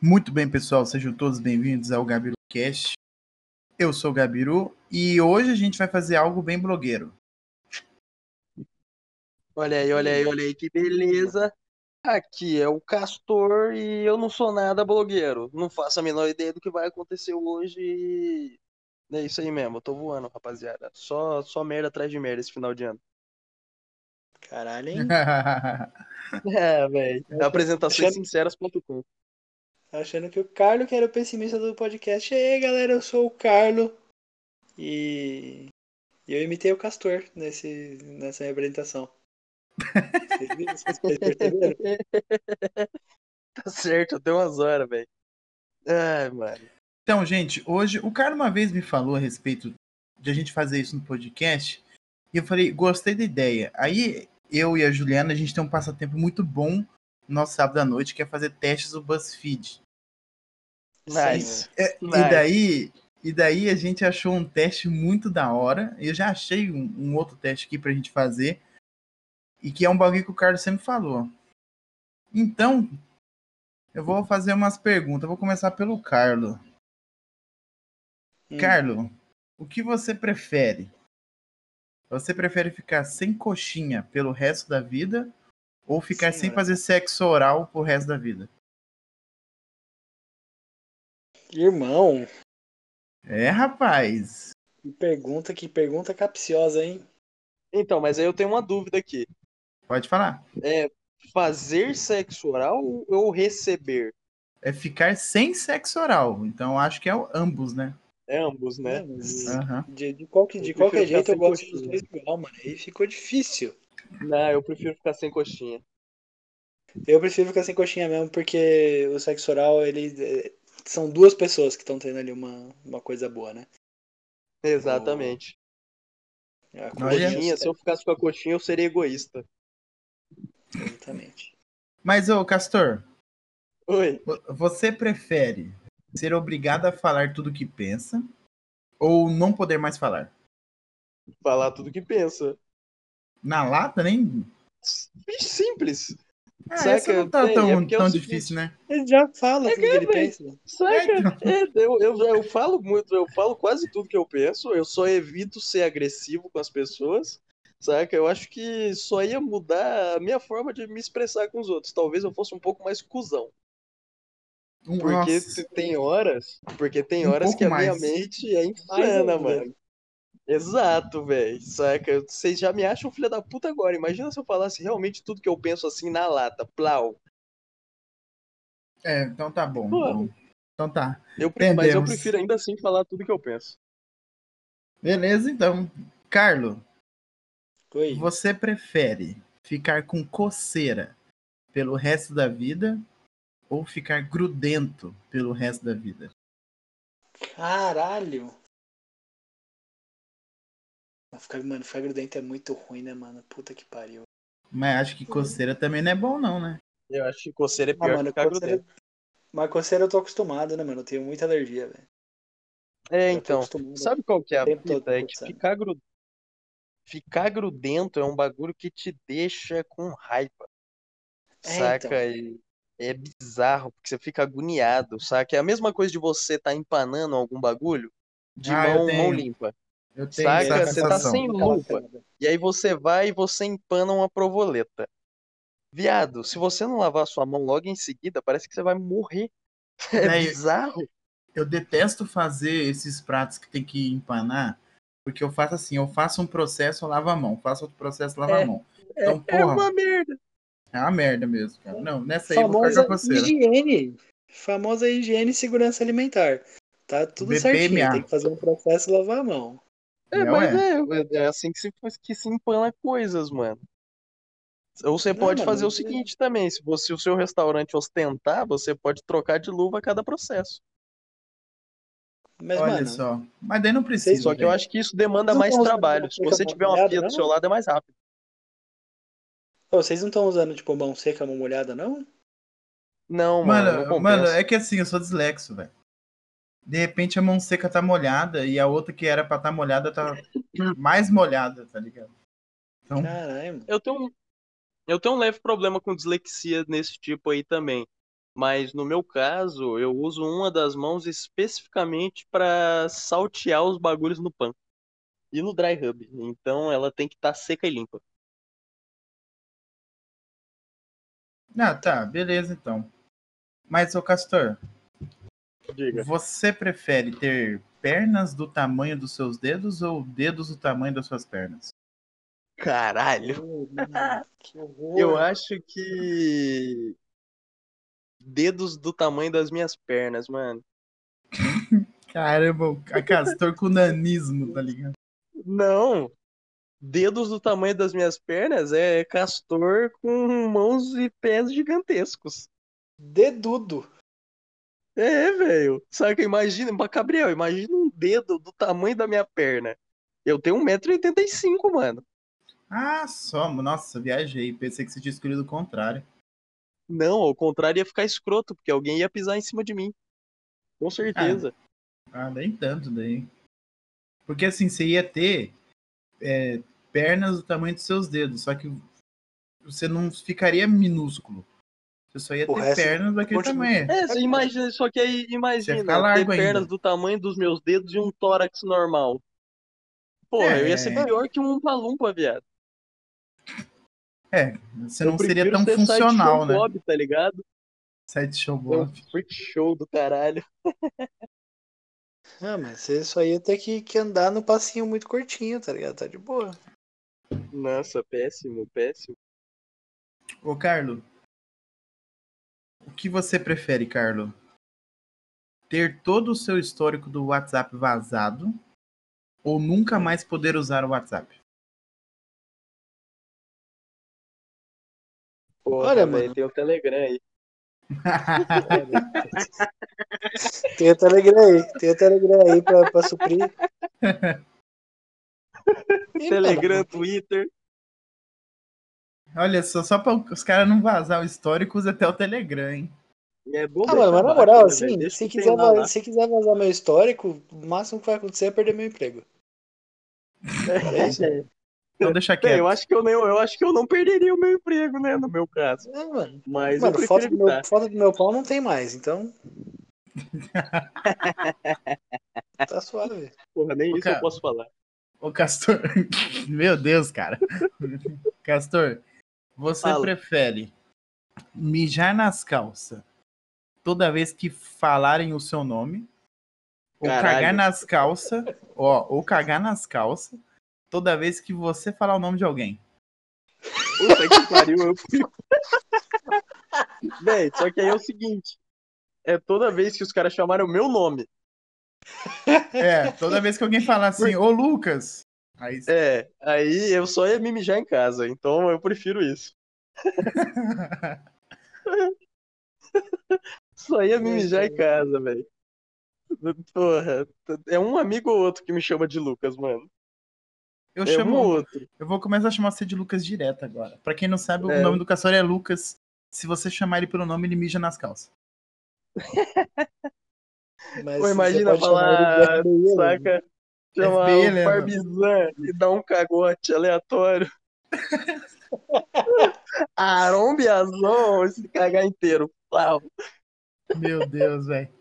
Muito bem, pessoal, sejam todos bem-vindos ao Gabiru Cast. Eu sou o Gabiru e hoje a gente vai fazer algo bem blogueiro. Olha aí, olha aí, olha aí, que beleza. Aqui é o Castor e eu não sou nada blogueiro. Não faço a menor ideia do que vai acontecer hoje. e É isso aí mesmo, eu tô voando, rapaziada. Só, só merda atrás de merda esse final de ano. Caralho, hein? Então, É, velho. Apresentações Chama- sinceras.com. Achando que o Carlo que era o pessimista do podcast. E aí, galera, eu sou o Carlo. E e eu imitei o Castor nesse, nessa representação. Vocês viram? Vocês perceberam? Tá certo, deu umas horas, velho. Ai, mano. Então, gente, hoje o cara uma vez me falou a respeito de a gente fazer isso no podcast e eu falei, gostei da ideia. Aí eu e a Juliana, a gente tem um passatempo muito bom no nosso sábado à noite, que é fazer testes do BuzzFeed. né? Nice. É, Nice. E daí, e daí a gente achou um teste muito da hora. Eu já achei um, um outro teste aqui pra gente fazer. E que é um bagulho que o Carlos sempre falou. Então, eu vou fazer umas perguntas. Eu Vou começar pelo Carlos. Hum. Carlos, o que você prefere? Você prefere ficar sem coxinha pelo resto da vida ou ficar sem Senhora. fazer sexo oral pro resto da vida? Irmão, É, rapaz. que pergunta, que pergunta capciosa, hein? Então, mas aí eu tenho uma dúvida aqui. Pode falar. É fazer sexo oral ou ou receber? é ficar sem sexo oral. Então acho que é o- ambos, né? É ambos, né? Não, mas Aham. De, de, qualquer, de Eu qualquer prefiro jeito, ficar eu sem gosto dos dois coxinha. igual, mano. Aí ficou difícil. Não, eu prefiro ficar sem coxinha. Eu prefiro ficar sem coxinha mesmo, porque o sexo oral, ele. é, São duas pessoas que estão tendo ali uma, uma coisa boa, né? Exatamente. A Olha. Coxinha, se eu ficasse com a coxinha, eu seria egoísta. assim, Exatamente. Mas, ô Castor, Oi. vo- você prefere ser obrigado a falar tudo que pensa ou não poder mais falar? Falar tudo que pensa. Na lata, nem. Bicho simples. Ah, Saca, essa não tá é, é tão, porque é o tão seguinte- difícil, né? Ele já fala É tudo que ele grave. pensa. Saca? então. É, eu, eu, eu falo muito, eu falo quase tudo que eu penso, eu só evito ser agressivo com as pessoas. Saca? Eu acho que só ia mudar a minha forma de me expressar com os outros. Talvez eu fosse um pouco mais cuzão. Um, Porque nossa, tem horas. Porque tem Um horas pouco que a mais. minha mente é Mais insana, ainda. mano. Exato, velho. Saca? Vocês já me acham filha da puta agora. Imagina se eu falasse realmente tudo que eu penso assim na lata. Plau. É, então tá bom. Pô. então. Então tá. Eu, pre- mas eu Entendemos. prefiro ainda assim falar tudo que eu penso. Beleza, então. Carlo, Oi. você prefere ficar com coceira pelo resto da vida ou ficar grudento pelo resto da vida? Caralho. Mas Ficar, mano, ficar grudento é muito ruim, né, mano? Puta que pariu. Mas acho que coceira também não é bom, não, né? Eu acho que coceira é Ah, pior que mano, ficar coceira... grudento. Mas coceira eu tô acostumado, né, mano? Eu tenho muita alergia, velho. É, Eu tô então. acostumado. Sabe qual que é a O tempo todo fita? É que coçando. ficar, gru... ficar grudento é um bagulho que te deixa com raiva. É, Saca? E é bizarro, porque você fica agoniado, saca? É a mesma coisa de você tá empanando algum bagulho de Ah, eu mão, mão tenho. limpa. Eu tenho Saca, essa você tá sensação. sem lupa. E aí você vai e você empana uma provoleta. Viado, se você não lavar sua mão logo em seguida, parece que você vai morrer. É Né, eu- bizarro. Eu detesto fazer esses pratos que tem que empanar, porque eu faço assim, eu faço um processo, eu lavo a mão, faço outro processo, lavo a É, mão. Então, porra, merda. é uma merda mesmo, cara. Não, nessa aí eu vou Famosa ficar com a coceira. higiene. Famosa higiene e segurança alimentar. Tá tudo BPMA. certinho. Tem que fazer um processo e lavar a mão. É, Não mas é, é assim que se, que se empana coisas, mano. Ou você Não, pode mano, fazer o mas é- seguinte também, se você, o seu restaurante ostentar, você pode trocar de luva a cada processo. Mas, Olha mano, só. Mas daí não precisa. Só que eu velho. acho que isso demanda Mas não mais tá usando trabalho. Se uma você cueca tiver uma molhada, pia do não? seu lado, é mais rápido. Ô, vocês não estão usando, tipo, mão seca, mão molhada, não? Não, mano, não Mano, compensa. mano, é que assim, eu sou dislexo, velho. De repente a mão seca tá molhada e a outra que era pra tá molhada tá mais molhada, tá ligado? Então, Caralho, mano. Eu tenho, um- eu tenho um leve problema com dislexia nesse tipo aí também. Mas no meu caso, eu uso uma das mãos especificamente para saltear os bagulhos no pan e no dry rub. Então ela tem que estar seca e limpa. Ah, tá, beleza então. Mas, ô Castor, Diga. você prefere ter pernas do tamanho dos seus dedos ou dedos do tamanho das suas pernas? Caralho. Oh, mano, que horror. Eu acho que. Dedos do tamanho das minhas pernas, mano. Caramba, o ca- Castor com nanismo, tá ligado? Não! Dedos do tamanho das minhas pernas é castor com mãos e pés gigantescos. Dedudo. É, velho. Saca, imagina, Ba- Gabriel, imagina um dedo do tamanho da minha perna. Eu tenho 1,85m, mano. Ah, só, nossa, viajei. Pensei que você tinha escolhido o contrário. Não, ao contrário, ia ficar escroto, porque alguém ia pisar em cima de mim. Com certeza. Ah, nem tanto daí. Porque assim, você ia ter é, pernas do tamanho dos seus dedos, só que você não ficaria minúsculo. Você só ia O ter resto pernas daquele continua. tamanho. É, você imagina, só que aí Você ia imagina ficar ter largo ainda. pernas do tamanho dos meus dedos e um tórax normal. Porra, eu ia ser É. pior que um palumpa, viado. Você Eu não seria prefiro tão ser side funcional, show né? Bob, tá ligado? Sete show É um Bob. freak show do caralho. Ah, mas você só ia ter que, que andar no passinho muito curtinho, tá ligado? Tá de boa. Nossa, péssimo, péssimo. Ô, Carlo. O que você prefere, Carlo? Ter todo o seu histórico do WhatsApp vazado ou nunca mais poder usar o WhatsApp? Porra, Olha, velho, mano. tem o Telegram aí. Tem o Telegram aí, tem o Telegram aí pra, pra suprir. E, Telegram, mano, Twitter. Olha só, só para os caras não vazar o histórico, usa até o Telegram, hein? É bom Ah, mano, mas deixar na baixo, moral, né, velho? assim, Deixa se eu né? quiser, treinar va- lá. se quiser vazar meu histórico, o máximo que vai acontecer é perder meu emprego. É isso aí. Então deixa Bem, eu quieto. acho que eu não, eu acho que eu não perderia o meu emprego, né, no meu caso. É, mano. Mas eu Mano, foto prefiro do, meu, evitar. foto do meu pau não tem mais, então. Tá suave. Porra, nem Ô, isso eu cara. posso falar. Ô, Castor. Meu Deus, cara. Castor, você Fala. prefere mijar nas calças toda vez que falarem o seu nome? Ou Caralho. cagar nas calças? Ó, ou cagar nas calças toda vez que você falar o nome de alguém? Puta que pariu, eu fico. Véi, só que aí é o seguinte. É toda vez que os caras chamaram o meu nome. É, toda vez que alguém falar assim, ô Lucas. Aí você. É, aí eu só ia me mijar em casa, então eu prefiro isso. Só ia me Meu mijar em Deus. casa, velho. Porra, é um amigo ou outro que me chama de Lucas, mano. Eu, é um chamo, ou outro. eu vou começar a chamar você de Lucas direto agora. Pra quem não sabe, É. o nome do Castor é Lucas. Se você chamar ele pelo nome, ele mija nas calças. Mas Pô, você imagina pode chamar falar, ele de FBI, mano. saca? Chamar FBI, o né, É mano? Farbizan e dar um cagote aleatório. Aron Biazon, se cagar inteiro. Ah, Pau. Meu Deus, velho.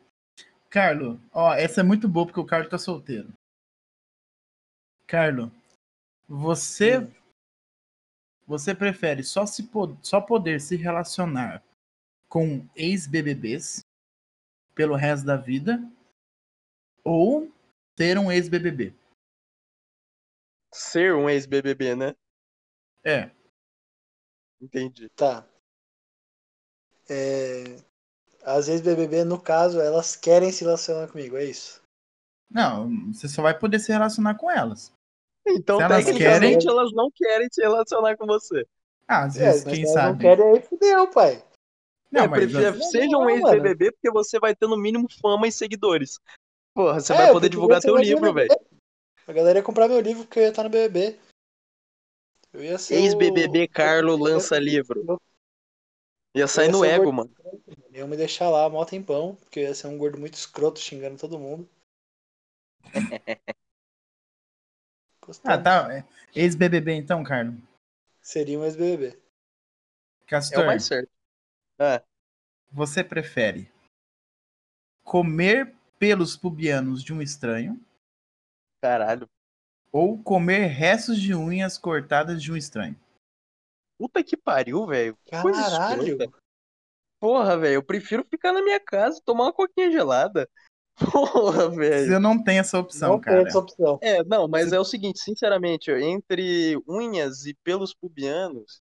Carlo, ó, essa é muito boa porque o Carlo tá solteiro. Carlo, você Hum. você prefere só se po- só poder se relacionar com ex-BBBs pelo resto da vida ou ter um ex-BBB? Ser um ex-BBB, né? É, Entendi. Tá. É, Às vezes BBB, no caso, elas querem se relacionar comigo, é isso. não, você só vai poder se relacionar com elas. Então, Se elas tecnicamente, querem- elas não querem se relacionar com você. Ah, às É, vezes, mas quem elas não sabe. querem, aí fudeu, pai. Não, é, mas prefiro- não, seja um não, ex-BBB, porque você vai ter no mínimo fama e seguidores. Porra, você É, vai poder eu poderia divulgar ser teu mais livro, BBB. velho. A galera ia comprar meu livro porque eu ia estar no BBB. Eu ia ser o- Ex-BBB Carlo lança livro. Ia sair no tipo, Esse é o ego, gordo. mano. Eu ia me deixar lá mó tempão, porque eu ia ser um gordo muito escroto xingando todo mundo. Gostei. Ah, tá. é, Ex-BBB então, Carlo. Seria um ex-BBB. É o Castor, mais certo. Você prefere comer pelos pubianos de um estranho Caralho. ou comer restos de unhas cortadas de um estranho? Puta que pariu, velho. Que coisa Caralho! escrota. Porra, velho. Eu prefiro ficar na minha casa e tomar uma coquinha gelada. Porra, velho. Eu não tenho essa opção, não tem cara. essa opção. É, não, mas é o seguinte, sinceramente, entre unhas e pelos pubianos,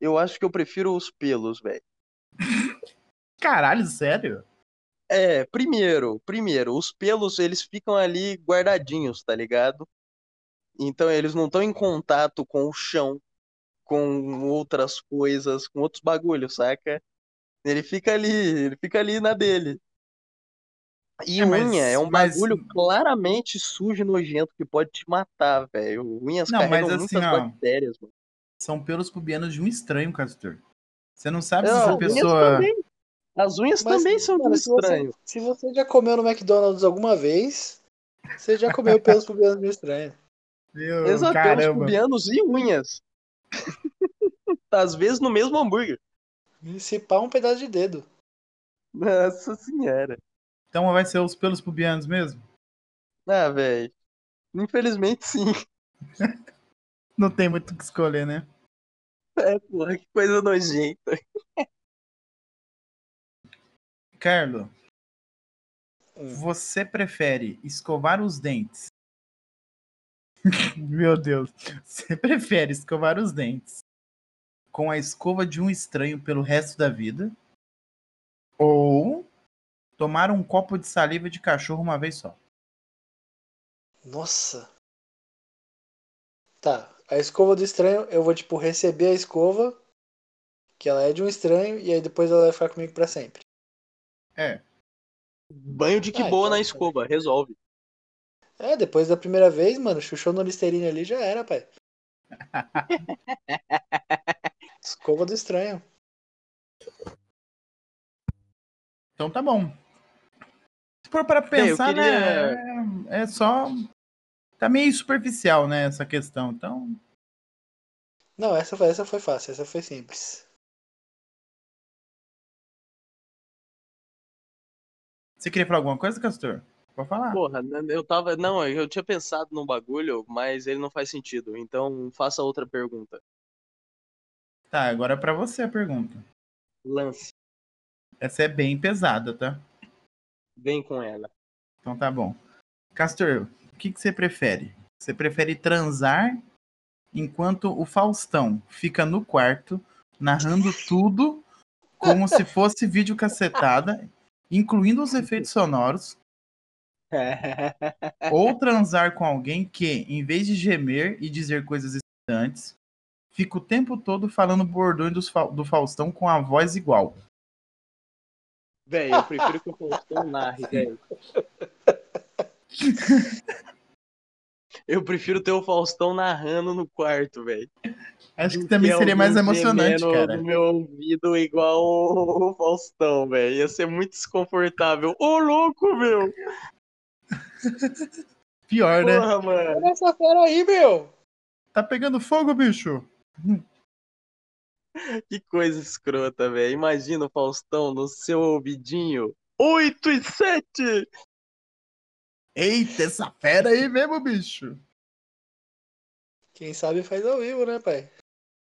eu acho que eu prefiro os pelos, velho. Caralho, sério? É, primeiro, primeiro, os pelos eles ficam ali guardadinhos, tá ligado? Então eles não estão em contato com o chão, com outras coisas, com outros bagulhos, saca? Ele fica ali, ele fica ali na dele. E É, mas- unha é um mas- bagulho claramente sujo e nojento que pode te matar, velho. Unhas Não, mas carregam assim, muitas ó, bactérias, mano. São pelos pubianos de um estranho, Castor. Você não sabe se Não, essa É, unhas pessoa. também. As unhas Mas, também são mano, de se você- estranho. Se você já comeu no McDonald's alguma vez, você já comeu pelos pubianos de um estranho. Meu, Exato, pelos caramba. pubianos e unhas. Às vezes no mesmo hambúrguer. E Se pá, um pedaço de dedo. Nossa senhora. Então vai ser os pelos pubianos mesmo? Ah, velho. Infelizmente sim. Não tem muito o que escolher, né? É, porra, que coisa nojenta. Carlo, Hum. você prefere escovar os dentes? Meu Deus. Você prefere escovar os dentes com a escova de um estranho pelo resto da vida? Ou tomar um copo de saliva de cachorro uma vez só? Nossa. Tá, a escova do estranho, eu vou, tipo, receber a escova, que ela é de um estranho, e aí depois ela vai ficar comigo pra sempre. É. Banho de que Ah, boa então, na escova, resolve. É, depois da primeira vez, mano, chuchou no Listerine ali, já era, pai. Escova do estranho. Então tá bom. Se for para É, eu pensar, né? É, é só. Tá meio superficial, né? Essa questão. Então. Não, essa foi, essa foi fácil, essa foi simples. Você queria falar alguma coisa, Castor? Pode falar. Porra, n- eu tava. Não, eu tinha pensado num bagulho, mas ele não faz sentido. Então faça outra pergunta. Tá, agora é pra você a pergunta. Lance, Essa é bem pesada, tá? vem com ela. Então tá bom. Castor, o que, que você prefere? Você prefere transar enquanto o Faustão fica no quarto, narrando tudo como se fosse vídeo cacetada, incluindo os efeitos sonoros, ou transar com alguém que, em vez de gemer e dizer coisas excitantes, fica o tempo todo falando bordões dos Fa- do Faustão com a voz igual. Véi, eu prefiro que o Faustão narre, velho. Eu prefiro ter o Faustão narrando no quarto, velho. Acho que também seria mais emocionante, No cara. meu ouvido igual o o Faustão, velho. Ia ser muito desconfortável. Ô, louco, meu! Pior, né? Porra, mano. Olha essa fera aí, meu! Tá pegando fogo, bicho! Que coisa escrota, velho. Imagina o Faustão no seu ouvidinho. 8 e 7! Eita, essa fera aí mesmo, bicho! Quem sabe faz ao vivo, né, pai?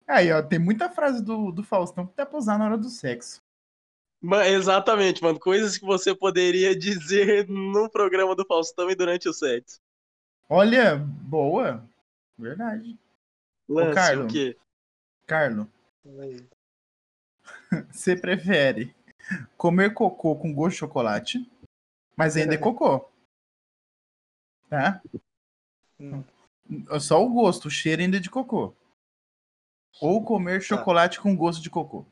Aí, ó, tem muita frase do, do Faustão que dá pra usar na hora do sexo. Ma- Exatamente, mano. Coisas que você poderia dizer no programa do Faustão e durante o sexo. Olha, boa. Verdade. Lance, Carlos. o quê? Carlo, Fala aí. Você prefere comer cocô com gosto de chocolate, mas ainda é cocô. Tá? É Hum. Só o gosto, o cheiro ainda é de cocô. Ou comer chocolate com gosto de cocô.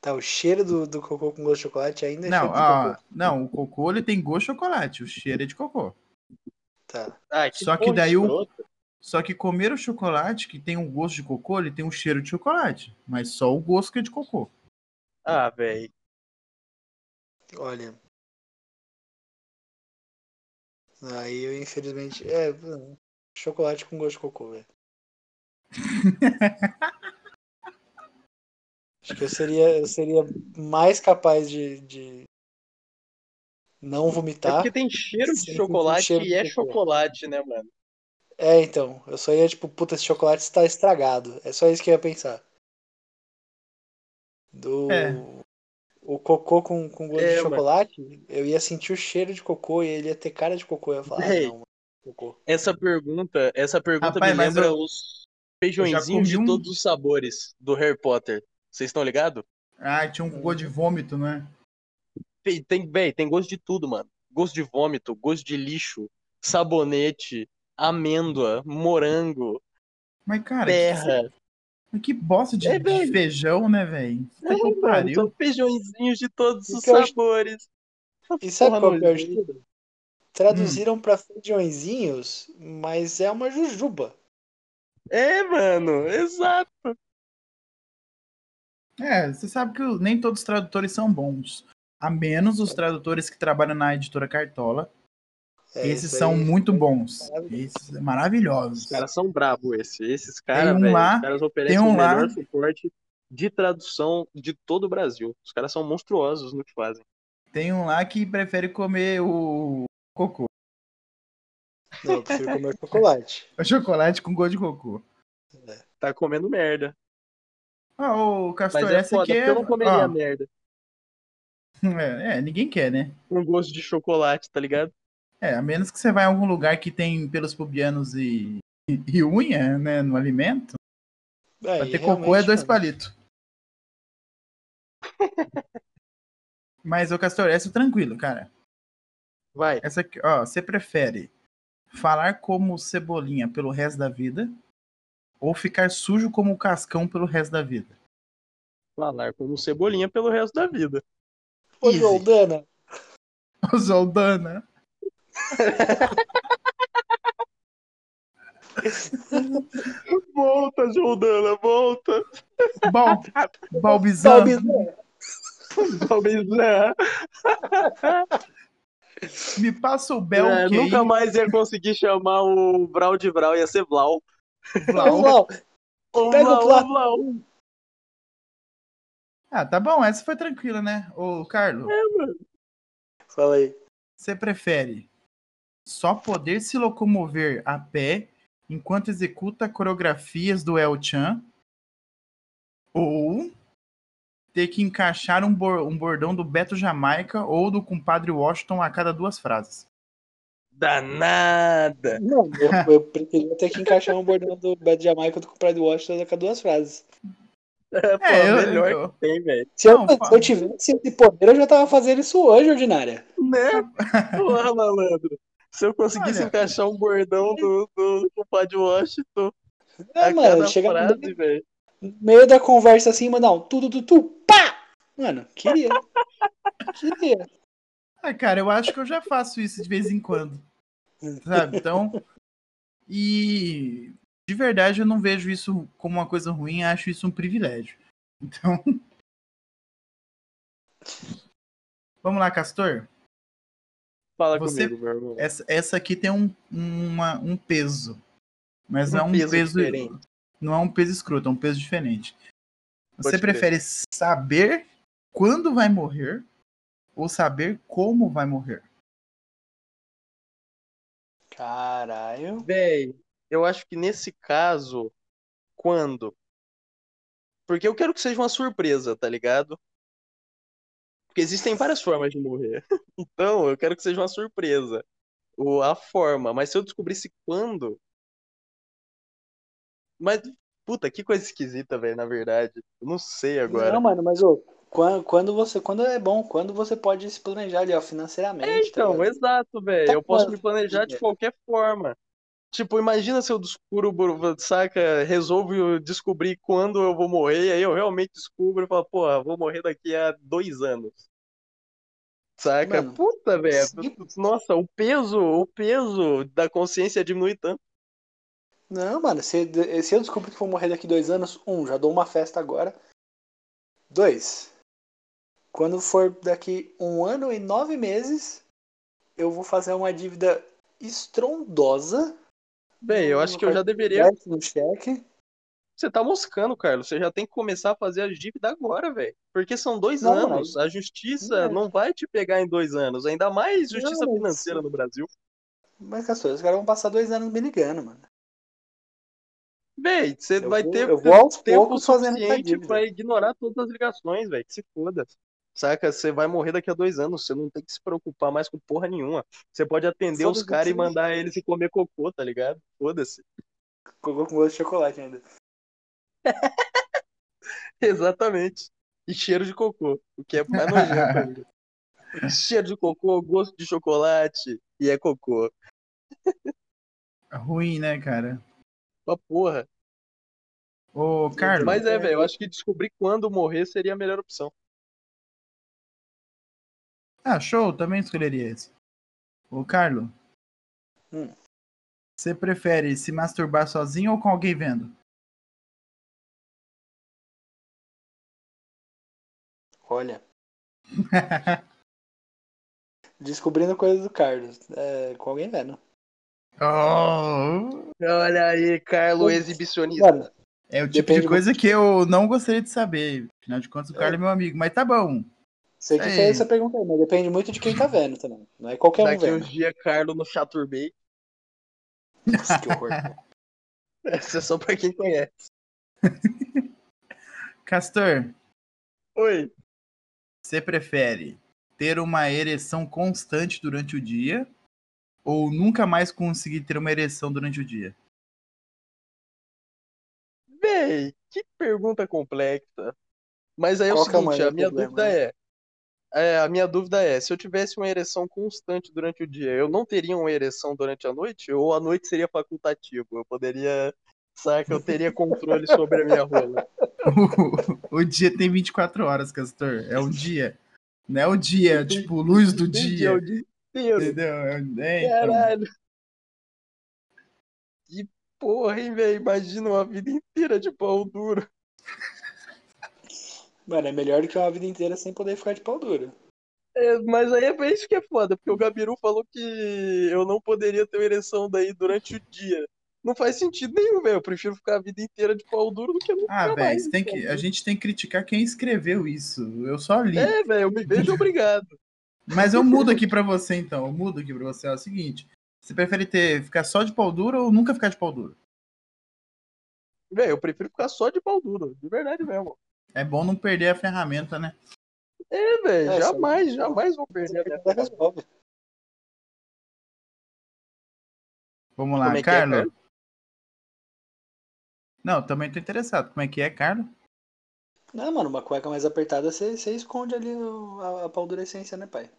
Tá, o cheiro do, do cocô com gosto de chocolate ainda é Não, cheiro de ah, cocô. não, o cocô ele tem gosto de chocolate, o cheiro é de cocô. Tá. Ah, Só que porra daí o- escrota. Só que comer o chocolate que tem um gosto de cocô, ele tem um cheiro de chocolate, mas só o gosto que é de cocô. Ah, velho. Olha. Aí eu infelizmente. É. Chocolate com gosto de cocô, velho. Acho que eu seria, eu seria mais capaz de, de não É vomitar. porque tem cheiro Tá. Sim, de chocolate cheiro e de é chocolate. chocolate, né, mano? É, então, eu só ia tipo, puta, esse chocolate está estragado. É só isso que eu ia pensar. Do É. o cocô com, com gosto É, de mano. chocolate, eu ia sentir o cheiro de cocô e ele ia ter cara de cocô. Eu ia falar, ah, Ei. não, mano, cocô. Essa pergunta, essa pergunta Rapaz, me mas lembra eu- os feijõezinhos eu já de comi um- todos os sabores do Harry Potter. Vocês estão ligados? Ah, tinha um cocô de vômito, né? Tem, bem, tem gosto de tudo, mano. Gosto de vômito, gosto de lixo, sabonete, amêndoa, morango, Mas, cara, que- terra. que, bosta de, É, de velho. feijão, né, velho? Puta que É, mano, pariu. são feijõezinhos de todos E os que eu acho- sabores. E sabe Ah, Porra, qual é o pior de nojento. tudo? Traduziram Hum. pra feijõezinhos, mas é uma jujuba. É, mano, exato. É, você sabe que o- nem todos os tradutores são bons. A menos os tradutores que trabalham na editora Cartola. É, Esses isso aí- são muito bons. maravilhoso. Esses maravilhosos. Os caras são bravos, esse. esses caras, um velho, lá, os caras oferecem tem um o melhor lá. suporte de tradução de todo o Brasil. Os caras são monstruosos no que fazem. Tem um lá que prefere comer o cocô. Não, eu prefiro comer chocolate. O chocolate com gosto de cocô. Tá comendo merda. Ah, o Castor, Mas é essa foda, aqui porque é... eu não comeria ó, merda é. é, ninguém quer, né? com gosto de chocolate, tá ligado? É, a menos que você vá em algum lugar que tem pelos pubianos e, e unha, né, no alimento. Aí, Pra ter cocô é realmente, né? dois mano. palitos. Mas, ô Castor, essa é tranquilo, cara. Vai. Essa aqui, ó, você prefere falar como cebolinha pelo resto da vida ou ficar sujo como cascão pelo resto da vida? Falar como cebolinha pelo resto da vida. Ô, Easy. Zoldana, Ô, Zoldana. Volta, Jordana, volta. Bal... Balbizan. sabe, né? Talvez né? Me passa o Bel É, que nunca aí, mais ia conseguir chamar o Vral de Vral, ia ser Vlau. Vlau. Vlau, Ô, Pega o Vlau, Vlau. Vlau. Ah, tá bom, essa foi tranquila, né? Ô, Carlos, Fala aí. você prefere só poder se locomover a pé enquanto executa coreografias do El Chan ou ter que encaixar um, bor- um bordão do Beto Jamaica ou do compadre Washington a cada duas frases? Danada. Não, eu, eu preferia ter que encaixar um bordão do Bad Jamaica do Pride Washington com duas frases. É, pô, eu- melhor eu- que tem, velho. Se eu, Não, se fala. eu tivesse esse poder, eu já tava fazendo isso hoje, ordinária. Né? Porra, malandro. Se eu conseguisse Olha. encaixar um bordão do, do, do Pad Washington É, a mano, cada chegar no frase, velho. meio- meio da conversa assim, mandar um tu, tu, tu, tu, pá! Mano, queria. queria. Ah, cara, eu acho que eu já faço isso de vez em quando. Sabe? Então. E de verdade eu não vejo isso como uma coisa ruim, acho isso um privilégio. Então. Vamos lá, Castor. Fala Você- comigo, meu irmão. Essa, essa aqui tem um, uma- um peso. Mas Um não é um peso peso. diferente. Não é um peso escroto, é um peso diferente. Você Pode crer. prefere saber quando vai morrer ou saber como vai morrer? Caralho. Véi, eu acho que nesse caso, quando? Porque eu quero que seja uma surpresa, tá ligado? Porque existem várias formas de morrer. Então, eu quero que seja uma surpresa. O, a forma. Mas se eu descobrisse quando. Mas, puta, que coisa esquisita, velho, na verdade. Eu não sei agora. Não, mano, mas ô, quando, quando você. Quando é bom, quando você pode se planejar ali, ó, financeiramente. É, tá então, ligado? exato, velho. Tá Eu posso quase, me planejar de velho. qualquer forma. Tipo, imagina se eu descubro, bu- saca, resolvo eu descobrir quando eu vou morrer, aí eu realmente descubro e falo, porra, vou morrer daqui a dois anos. Saca? Mano, Puta, velho. sim. Nossa, o peso, o peso da consciência diminui tanto. Não, mano, se, se eu descubro que vou morrer daqui dois anos, um, já dou uma festa agora. Dois, quando for daqui um ano e nove meses, eu vou fazer uma dívida estrondosa. Bem, eu no- acho no que eu já cartão de deveria. crédito, No cheque. Você tá moscando, Carlos. Você já tem que começar a fazer a dívida agora, velho. Porque são dois Não, anos. A justiça Não. é. não vai te pegar em dois anos. Ainda mais justiça Não, financeira no Brasil. Mas, Castor, os caras vão passar dois anos me ligando, mano. Véi, você Eu vai vou- ter eu vou aos tempo poucos fazendo essa suficiente dívida. pra ignorar todas as ligações, velho. Que se foda. Saca? Você vai morrer daqui a dois anos. Você não tem que se preocupar mais com porra nenhuma. Você pode atender Foda-se os caras e você. mandar eles ir comer cocô, tá ligado? Foda-se. Cocô com gosto de chocolate ainda. Exatamente. E cheiro de cocô, o que é mais nojento ainda. Cheiro de cocô, gosto de chocolate e é cocô. Ruim, né, cara? Uma porra. Ô, Carlos, Mas é, velho, eu acho que descobrir quando morrer seria a melhor opção. Ah, show, também escolheria esse. Ô, Carlos. Hum. Você prefere se masturbar sozinho ou com alguém vendo? Olha. Descobrindo coisas do Carlos. É, com alguém vendo. Oh, Olha aí, Carlo, Putz, exibicionista. Mano, é o tipo Depende de do- coisa que eu não gostaria de saber. Afinal de contas, o É. Carlos é meu amigo. Mas tá bom. sei que Sei. fez essa pergunta aí, mas depende muito de quem tá vendo também. Não é qualquer um Daqui vendo. uns dias, Carlo no Chaturbei. Nossa, que horror. Essa é só pra quem conhece. Castor, Oi. você prefere ter uma ereção constante durante o dia ou nunca mais conseguir ter uma ereção durante o dia? Véi, que pergunta complexa. Mas aí é o Qual que é o seguinte, maior a minha problema, dúvida é, é, a minha dúvida é, se eu tivesse uma ereção constante durante o dia, eu não teria uma ereção durante a noite? Ou a noite seria facultativo? Eu poderia, saca, eu teria controle sobre a minha rola. o, o dia tem 24 horas, Castor. É um dia. Não é o dia, Entendi, tipo, luz do Entendi, dia. é o dia inteiro. Entendeu? É, é, então. Caralho. Que porra, hein, velho? Imagina uma vida inteira de pau duro. Mano, é melhor do que uma vida inteira sem poder ficar de pau duro. É, mas aí é isso que é foda, porque o Gabiru falou que eu não poderia ter uma ereção daí durante o dia. Não faz sentido nenhum, velho. Eu prefiro ficar a vida inteira de pau duro do que né? nunca Ah, velho, mais. você tem que- a gente tem que criticar quem escreveu isso. Eu só li. É, velho, eu me vejo obrigado. Mas eu mudo aqui pra você, então. Eu mudo aqui pra você. É o seguinte: você prefere ter, ficar só de pau duro ou nunca ficar de pau duro? Velho, eu prefiro ficar só de pau duro, de verdade mesmo. É bom não perder a ferramenta, né? É, velho, É, jamais, jamais vou perder né? a minha Mas resolve. Vamos lá, Como é que é, Carlos. Carlos? Não, também tô interessado. Como é que é, Carlos? Não, mano, uma cueca mais apertada você, você esconde ali o- a, a pau dura essência, né, pai?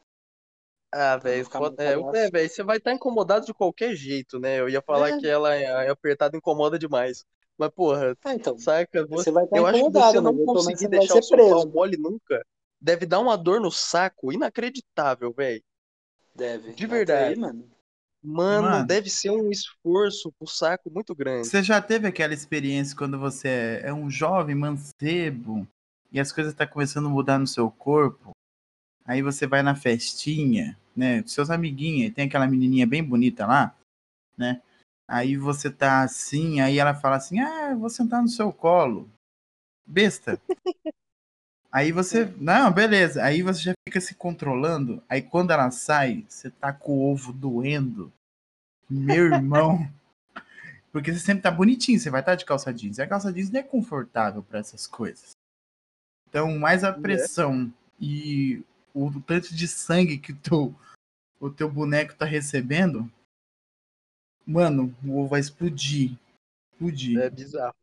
Ah, Pra não velho, ficar foda- muito é, palhaço. é, velho, você vai estar incomodado de qualquer jeito, né? Eu ia falar É. que ela é apertada incomoda demais. Mas, porra, Ah, então. saca? Você, Você vai estar Tá né? eu acho que você incomodado, não mas pelo menos conseguir você não vai deixar o ser seu pau preso. mole nunca deve dar uma dor no saco inacreditável, velho. De Deve. Mas isso aí, verdade. mano. Mano, Mano. deve ser um esforço pro saco muito grande. Você já teve aquela experiência quando você é- é um jovem mancebo e as coisas estão começando a mudar no seu corpo? Aí você vai na festinha, né? Com seus amiguinhos, e tem aquela menininha bem bonita lá, né? Aí você tá assim, aí ela fala assim: Ah, eu vou sentar no seu colo. Besta. Aí você. Não, beleza. Aí você já fica se controlando. Aí quando ela sai, você tá com o ovo doendo. Meu irmão. Porque você sempre tá bonitinho, você vai estar de calça jeans. E a calça jeans não é confortável pra essas coisas. Então, mais a é. pressão e o tanto de sangue que o teu, o teu boneco tá recebendo, mano, o ovo vai explodir. Explodir. É bizarro.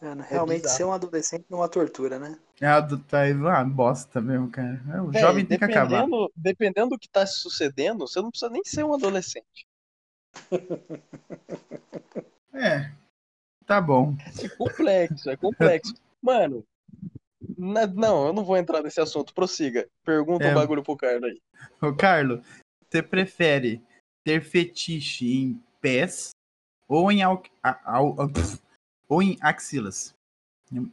Mano, realmente É bizarro. ser um adolescente é uma tortura, né? É adultar é uma bosta mesmo, cara. É, O Véi, jovem tem que acabar. dependendo, dependendo do que tá se sucedendo, você não precisa nem ser um adolescente. É. Tá bom. É complexo, é complexo. Mano, na- não, eu não vou entrar nesse assunto. Prossiga. Pergunta É. um bagulho pro Carlos aí. Ô, Carlos, você prefere ter fetiche em pés ou em, al... a- al- ou em axilas?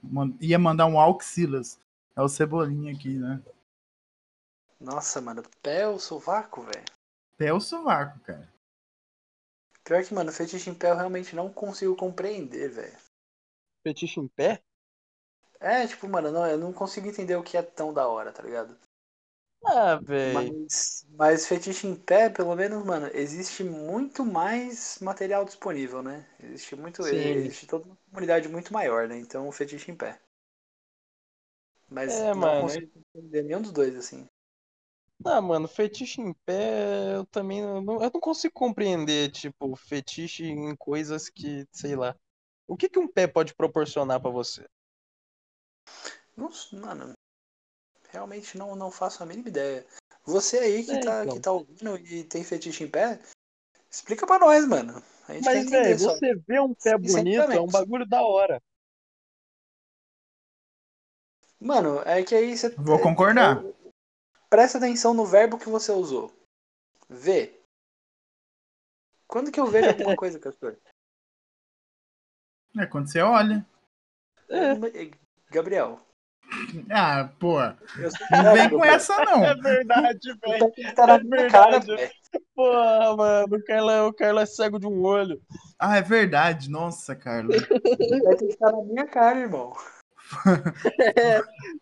Man- Ia mandar um axilas. É o cebolinha aqui, né? Nossa, mano, pé ou sovaco, velho? Pé ou sovaco, cara? Pior que, mano, fetiche em pé eu realmente não consigo compreender, velho. Fetiche em pé? É, tipo, mano, não, eu não consigo entender o que é tão da hora, tá ligado? Ah, velho. Mas, mas fetiche em pé, pelo menos, mano, existe muito mais material disponível, né? Existe muito. Sim. Existe toda uma comunidade muito maior, né? Então, o fetiche em pé. Mas É, não mano, consigo entender nenhum dos dois, assim. Ah, mano, fetiche em pé, eu também não, não- eu não consigo compreender, tipo, fetiche em coisas que, sei lá. O que que um pé pode proporcionar pra você? Não, s- mano, realmente não, não faço a mínima ideia. Você aí que, É, tá, então. que tá ouvindo e tem fetiche em pé, explica pra nós, mano. A gente quer Mas, entender velho, só. você vê um pé Sem- sem bonito é um fundamentos. bagulho da hora. Mano, é que aí você. Vou concordar. é- é- presta atenção no verbo que você usou. Ver. Quando que eu vejo alguma coisa, Castor? É quando você olha. É. Eu- Gabriel. Ah, pô. Eu sei que Não vem Gabriel, com essa, É não. verdade, velho. Tá, tá na É minha cara, verdade. velho. Porra, mano, o Carlos, é- o Carlos é cego de um olho. Ah, é verdade. Nossa, Carla. Vai ter que estar na minha cara, irmão.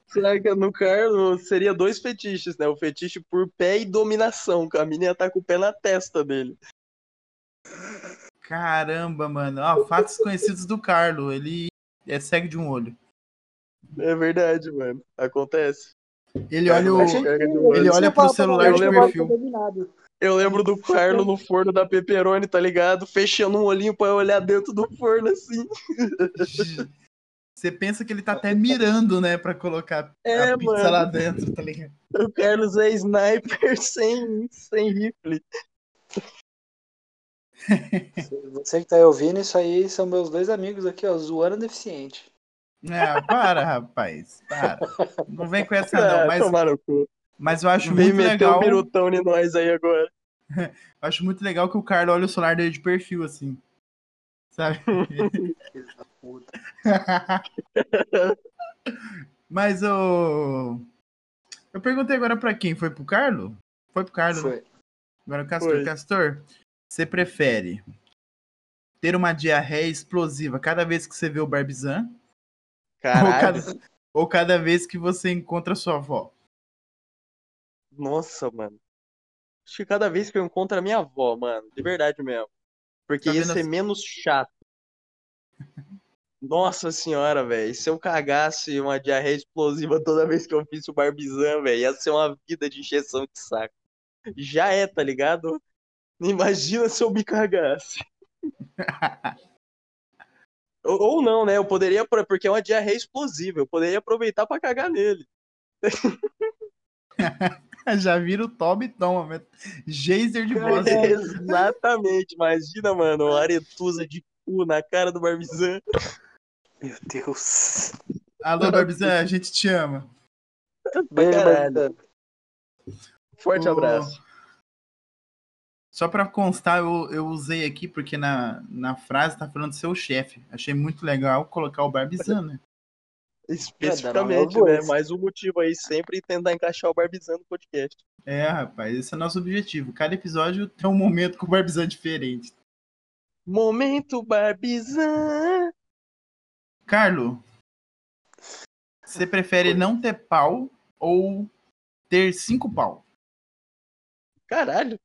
Será que no Carlos seria dois fetiches, né? O fetiche por pé e dominação, que a menina tá com o pé na testa dele. Caramba, mano. Ó, fatos conhecidos do Carlo. Ele é cego de um olho. É verdade, mano. Acontece. Ele olha o. É, Achei- Ele olha pro celular de perfil. Eu lembro do Carlo no forno da Peperoni, tá ligado? Fechando um olhinho pra olhar dentro do forno assim. Você pensa que ele tá até mirando, né? Pra colocar É, a pizza mano. lá dentro, tá ligado? O Carlos é sniper sem, sem rifle. Você que tá aí ouvindo isso aí, são meus dois amigos aqui, ó, zoando deficiente. Ah, para, rapaz. Para. Não vem com essa, Ah, não. Mas, tomar no cu. mas eu acho Vem muito meter um legal. Eu pirutão em nós aí agora. acho muito legal que o Carlo olha o celular dele de perfil, assim. Sabe? Filho da puta. Mas o. Eu perguntei agora pra quem? Foi pro Carlo? Foi pro Carlo, né? Foi. Agora o Castor. Foi. Castor, você prefere ter uma diarreia explosiva cada vez que você vê o Barbizan? Ou Caralho. cada, ou cada vez que você encontra sua avó? Nossa, mano. Acho que cada vez que eu encontro a minha avó, mano. De verdade mesmo. Porque Tá ia vendo ser as- menos chato. Nossa senhora, velho. Se eu cagasse uma diarreia explosiva toda vez que eu fiz o barbizan, velho, ia ser uma vida de injeção de saco. Já é, tá ligado? Imagina se eu me cagasse. Ou, ou não, né? Eu poderia, apro- porque é uma diarreia explosiva, eu poderia aproveitar pra cagar nele. Já vira o Toby Tom, mas- geyser de bosta. É. Exatamente. Imagina, mano, uma aretusa de cu na cara do barbizan. Meu Deus. Alô, Barbizan, a gente te ama. Pra Beijo, caralho. Hum, Barbizan. Forte O- abraço. Só pra constar, eu, eu usei aqui porque na, na frase tá falando seu chefe. Achei muito legal colocar o Barbizan, né? Especificamente, Danão, eu né? vou. Mais um motivo aí, sempre tentar encaixar o Barbizan no podcast. É, rapaz, esse é o nosso objetivo. Cada episódio tem um momento com o Barbizan diferente. Momento Barbizan. Carlo, você prefere Oi. não ter pau ou ter cinco pau? Caralho.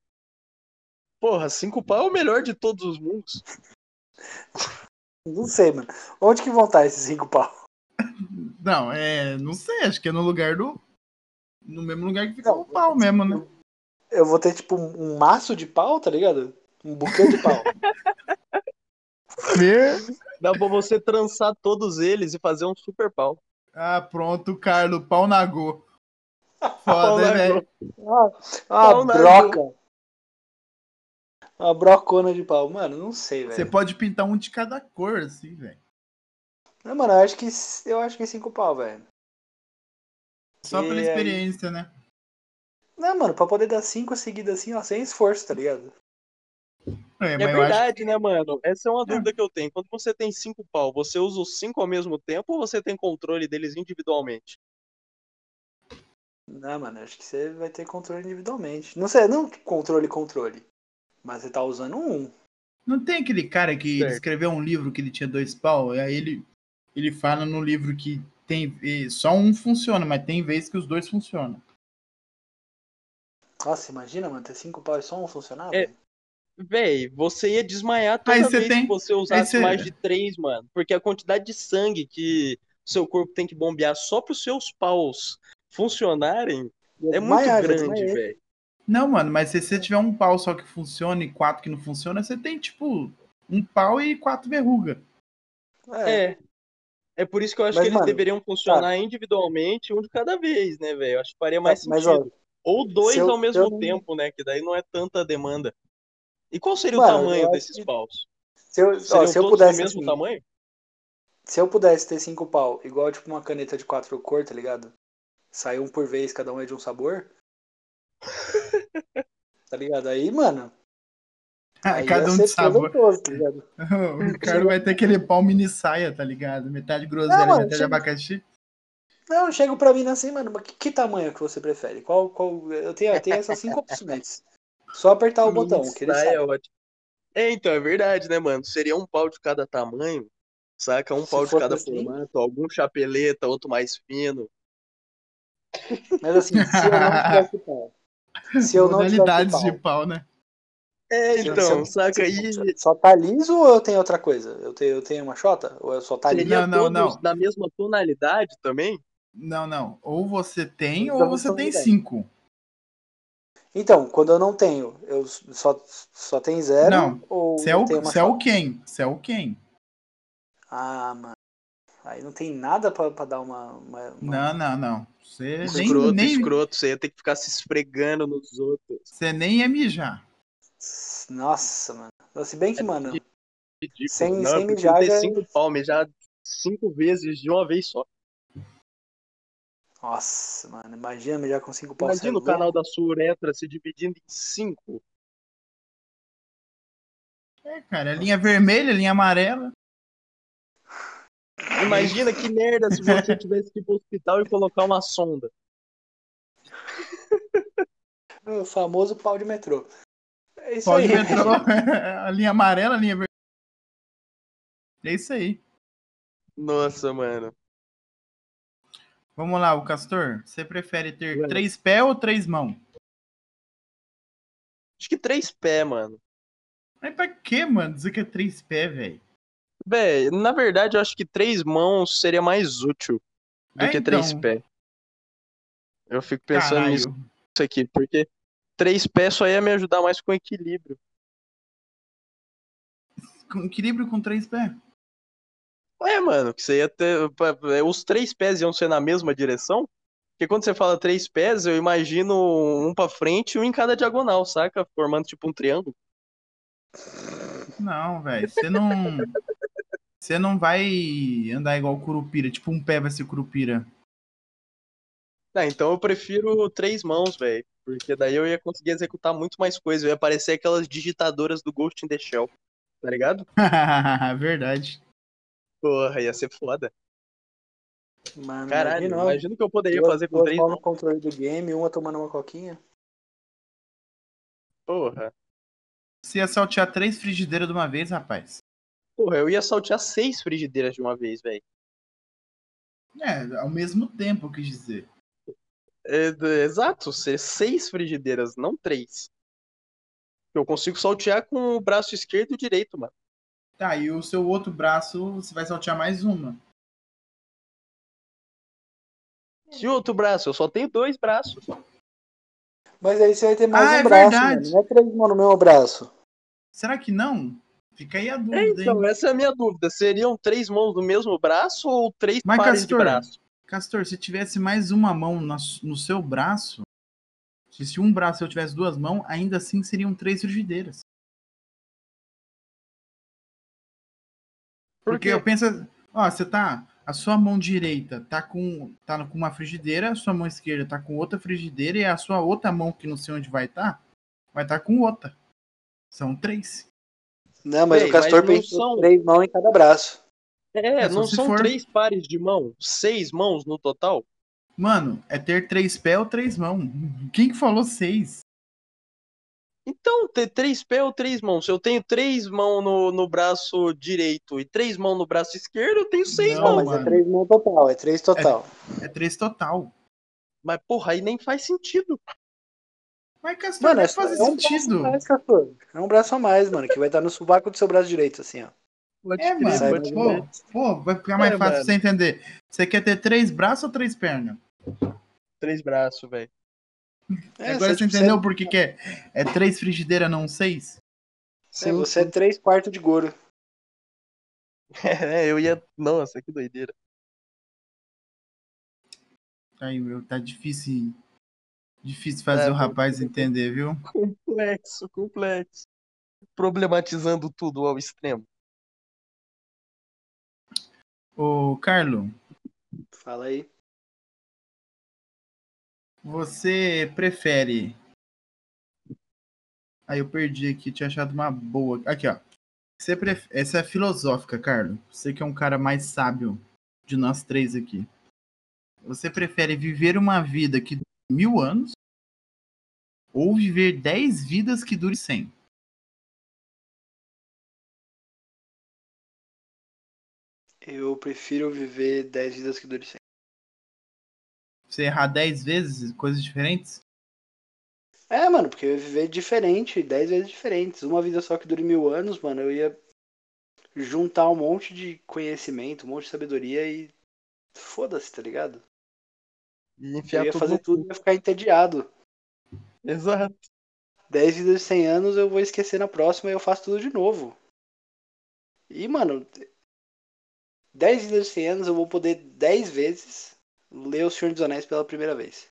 Porra, cinco pau é o melhor de todos os mundos. Não sei, mano. Onde que vão estar esses cinco pau? Não, é. Não sei, acho que é no lugar do. No mesmo lugar que fica Não, o pau mesmo, né? Eu vou ter, tipo, um maço de pau, tá ligado? Um buquê de pau. Dá pra você trançar todos eles e fazer um super pau. Ah, pronto, Carlo, pau na go. Pau Foda, né? na velho. Ah, Pau uma na broca. Uma brocona de pau. Mano, não sei, Você velho. pode pintar um de cada cor, assim, velho. Não, mano, eu acho que, eu acho que é cinco pau, velho. é- Só E pela aí? experiência, né? Não, mano, pra poder dar cinco seguidas assim, ó, sem esforço, tá ligado? É, É mas eu acho. verdade, né, mano? Essa é uma dúvida que eu tenho. Quando você tem cinco pau, você usa os cinco ao mesmo tempo ou você tem controle deles individualmente? Não, mano, acho que você vai ter controle individualmente. Não sei, não controle, controle. Mas você tá usando um. Não tem aquele cara que Certo. escreveu um livro que ele tinha dois pau, e aí ele ele fala no livro que tem eh, só um funciona, mas tem vezes que os dois funcionam. Nossa, imagina, mano, ter cinco pau e só um funcionava? É. Véi, você ia desmaiar toda Aí você vez tem- que você usasse você- mais de três, mano. Porque a quantidade de sangue que seu corpo tem que bombear só para os seus paus funcionarem é muito grande, velho. Não, mano, mas se você tiver um pau só que funciona e quatro que não funciona, você tem tipo um pau e quatro verrugas. É. É. É por isso que eu acho Mas, que eles mano, deveriam funcionar individualmente, um de cada vez, né, velho? Eu Acho que faria mais mas, sentido. ó, Ou dois eu- um ao mesmo eu não- tempo, né? Que daí não é tanta demanda. E qual seria o Mano, eu tamanho acho desses que- paus? se eu, ó, Seriam se eu todos pudesse. do mesmo assim, tamanho? Se eu pudesse ter cinco pau, igual tipo uma caneta de quatro cor, tá ligado? Sai um por vez, cada um é de um sabor. tá ligado? Aí, mano. Aí ia Cada um ser de sabor. proveitoso, tá ligado? O cara vai ter aquele pau mini saia, tá ligado? Metade groselha, Não, mano, metade chega- abacaxi. Não, chega pra mim assim, mano, mas que, que tamanho que você prefere? Qual, qual... Eu, tenho, eu tenho essas cinco opções. Só apertar o botão, que ele Sai, sabe. é ótimo. É, então, é verdade, né, mano? Seria um pau de cada tamanho, saca? Um Se pau de fosse cada assim. formato, algum chapeleta, outro mais fino. Mas assim, se eu não tivesse pau. Se eu não tivesse Modalidades pau. de pau, né? É, se eu- então, se eu- saca? se eu- aí Só tá liso ou eu tenho outra coisa? Eu tenho, eu tenho uma xota? Ou eu só tá liso? seria Não, não, todos não. da mesma tonalidade também? Não, não. Ou você tem, Então, ou você tem modalidade. cinco. Então, quando eu não tenho, eu só, só tem zero? Não, Ou Você é o, eu tenho uma você é o só? quem? Você é o quem? Ah, mano. Aí não tem nada pra, pra dar uma. uma- uma- Não, não, não. Você nem, Escroto, nem, escroto. Você ia ter que ficar se esfregando nos outros. você nem ia mijar. Nossa, mano. Se É bem que, mano. Ridículo. Sem- não, sem eu prefiro mijar, ter já- cinco pau, mijar cinco vezes de uma vez só. Nossa, mano. Imagina melhor com cinco pau. cê é Imagina o louco. canal da sua uretra se dividindo em cinco. É, cara, linha vermelha, linha amarela. É Imagina que merda se você tivesse que ir pro hospital e colocar uma sonda. É O famoso pau de metrô. É isso Pode aí. metrô. é, a linha amarela, a linha vermelha. É isso aí. Nossa, mano. Vamos lá, o Castor. Você prefere ter Vai. três pés ou três mãos? Acho que três pés, mano. Mas pra que, mano? Dizer que é três pés, velho. Véi, na verdade, eu acho que três mãos seria mais útil do É, que três então. pés. Eu fico pensando nisso Caralho. aqui, porque três pés só ia me ajudar mais com equilíbrio. Com equilíbrio com três pés? É, mano, que você ia ter. pa- pa- Os três pés iam ser na mesma direção? Porque quando você fala três pés, eu imagino um pra frente e um em cada diagonal, saca? Formando tipo um triângulo. Não, velho. Você não. Você não vai andar igual curupira. Tipo, um pé vai ser curupira. Ah, então eu prefiro três mãos, velho. Porque daí eu ia conseguir executar muito mais coisa. Eu ia parecer aquelas digitadoras do Ghost in the Shell, tá ligado? Verdade. Porra, ia ser foda. Mano, Caralho, imagina, ó, imagina o que eu poderia duas- fazer com duas três pau mãos. no controle do game, uma tomando uma coquinha. Porra. Você ia saltear três frigideiras de uma vez, rapaz. Porra, eu ia saltear seis frigideiras de uma vez, velho. É, ao mesmo tempo, eu quis dizer. É, d- exato, ser seis frigideiras, não três. Eu consigo saltear com o braço esquerdo e o direito, mano. Tá, e o seu outro braço, você vai saltear mais uma. Que outro braço? Eu só tenho dois braços. Mas aí você vai ter mais Ah, um é braço, verdade. mano. Não é três mãos no meu braço. Será que não? Fica aí a É, dúvida, então, hein? essa é a minha dúvida. Seriam três mãos do mesmo braço ou três Mas, pares Castor, de braço? Castor, se tivesse mais uma mão na su- no seu braço, se se um braço eu tivesse duas mãos, ainda assim seriam três frigideiras. Por Porque quê? eu penso, ó, você tá, a sua mão direita tá com tá com uma frigideira, a sua mão esquerda tá com outra frigideira e a sua outra mão que não sei onde vai estar, tá, vai estar tá com outra. São três. Não, mas Bem, o Castor mas não pensou são- três mãos em cada braço. É, É, só não se são for- três pares de mão? Seis mãos no total? Mano, é ter três pés ou três mãos. Quem que falou seis? Então, ter três pés ou três mãos? Se eu tenho três mãos no, no braço direito e três mãos no braço esquerdo, eu tenho seis Não, Não, mãos. mas mano. é três mãos total, é três total. É três total. Mas, porra, aí nem faz sentido. Mas Castor Mano, é, não só- faz é um braço sentido. a mais, Castor. É um braço a mais, mano, que vai dar no sovaco do seu braço direito, assim, ó. Pode É, crer, mano. Sai pode mais crer. ou Pô, menos. pô, vai ficar mais É, fácil mano. você entender. Você quer ter três braços ou três pernas? Três braços, velho. É, Agora você tipo, entendeu por que, que é, é três frigideira, não seis? é- é, você é três quartos de Goro. É, eu ia. Nossa, que doideira. Aí, meu, tá difícil. Difícil fazer É, o rapaz entender, viu? Complexo, complexo. Problematizando tudo ao extremo. Ô, Carlo, Fala aí. você prefere. Aí eu perdi aqui, tinha achado uma boa. Aqui, ó. Você pref... Essa é filosófica, Carlo. Você que é um cara mais sábio de nós três aqui. Você prefere viver uma vida que dure mil anos ou viver dez vidas que dure cem? Eu prefiro viver 10 vidas que dure 100. Você errar dez vezes, coisas diferentes? É, mano, porque eu ia viver diferente, 10 vezes diferentes. Uma vida só que dure mil anos, mano, eu ia juntar um monte de conhecimento, um monte de sabedoria e. Foda-se, tá ligado? E Eu enfiar ia tudo fazer no tudo e ia ficar entediado. cu. Exato. 10 vidas de 100 anos eu vou esquecer na próxima e eu faço tudo de novo. E, mano, 10 vidas de 100 anos eu vou poder 10 vezes ler O Senhor dos Anéis pela primeira vez.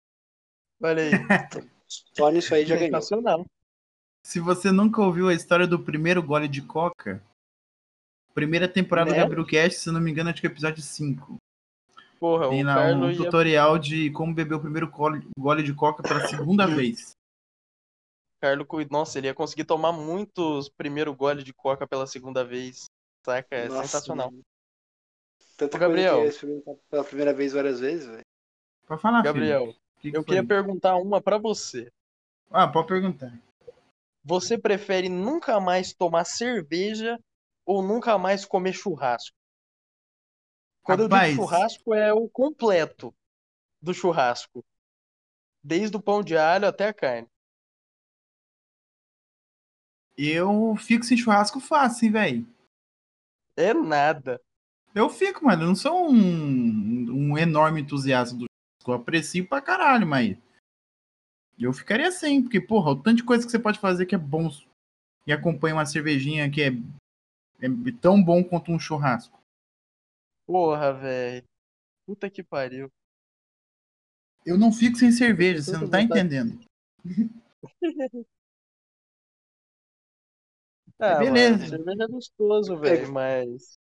Olha aí. Só nisso aí já ganhou. Sensacional. Se você nunca ouviu a história do primeiro gole de coca, primeira temporada Né? da Brewcast, se não me engano, acho que é episódio 5. Porra, Tem o lá um Carlos ia. tutorial de como beber o primeiro gole gole de coca pela segunda vez. Carlos, cu- nossa, ele ia conseguir tomar muitos primeiro gole de coca pela segunda vez. Saca? É Nossa, sensacional. mano. Tanta Ô, coisa que eu Gabriel. ia experimentar pela primeira vez várias vezes, velho. Pode falar, filho. Gabriel, Que que eu foi? queria perguntar uma pra você. Ah, pode perguntar. Você prefere nunca mais tomar cerveja ou nunca mais comer churrasco? Quando eu Rapaz. digo churrasco, é o completo do churrasco. Desde o pão de alho até a carne. Eu fico sem churrasco fácil, hein, velho. É nada. Eu fico, mano. Eu não sou um, um enorme entusiasta do churrasco. Eu aprecio pra caralho, mas. Eu ficaria sem, porque, porra, o tanto de coisa que você pode fazer que é bom. E acompanha uma cervejinha que é, é tão bom quanto um churrasco. Porra, velho. Puta que pariu. Eu não fico sem cerveja, você não Tanta tá vontade. entendendo. Ah, Beleza. mano, cerveja é gostoso, velho, mas.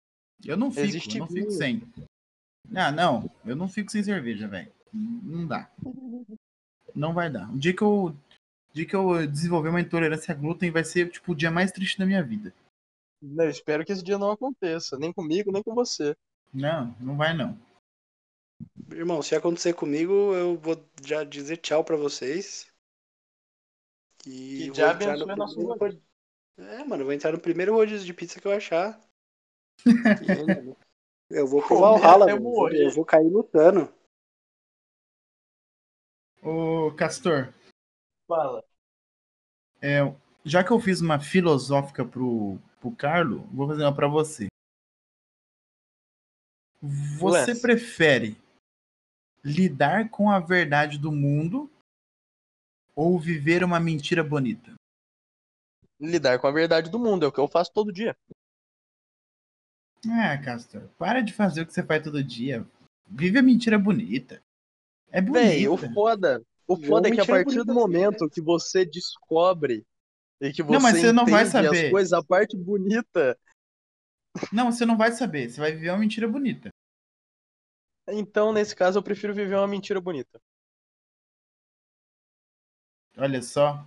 Eu não fico, Existe eu não fico vinho. sem. Ah, não. Eu não fico sem cerveja, velho. Não dá. Não vai dar. O dia que eu. o dia que eu desenvolver uma intolerância a glúten vai ser tipo o dia mais triste da minha vida. Não, eu né, espero que esse dia não aconteça, nem comigo, nem com você. Não, não vai não. Irmão, se acontecer comigo, eu vou já dizer tchau pra vocês. Que E vou diabo entrar no abençoe nosso primeiro... rod- É, mano, eu vou entrar no primeiro rodízio de pizza que eu achar. E aí, mano, eu vou pro Comer Valhalla, até mano. Eu vou- morrer. Eu vou cair lutando. Ô, Castor, Fala. é, já que eu fiz uma filosófica pro, pro Carlo, vou fazer uma pra você. Você Lance. prefere lidar com a verdade do mundo ou viver uma mentira bonita? Lidar com a verdade do mundo é o que eu faço todo dia. Ah, Castor, para de fazer o que você faz todo dia. Vive a mentira bonita. É Véi, o bonita. foda, o João, foda é que a mentira partir bonita do assim, momento que você descobre e que você, né? Não, mas você não vai entende as saber. coisas, a parte bonita, Não, você não vai saber. Você vai viver uma mentira bonita. então nesse caso eu prefiro viver uma mentira bonita. Olha só.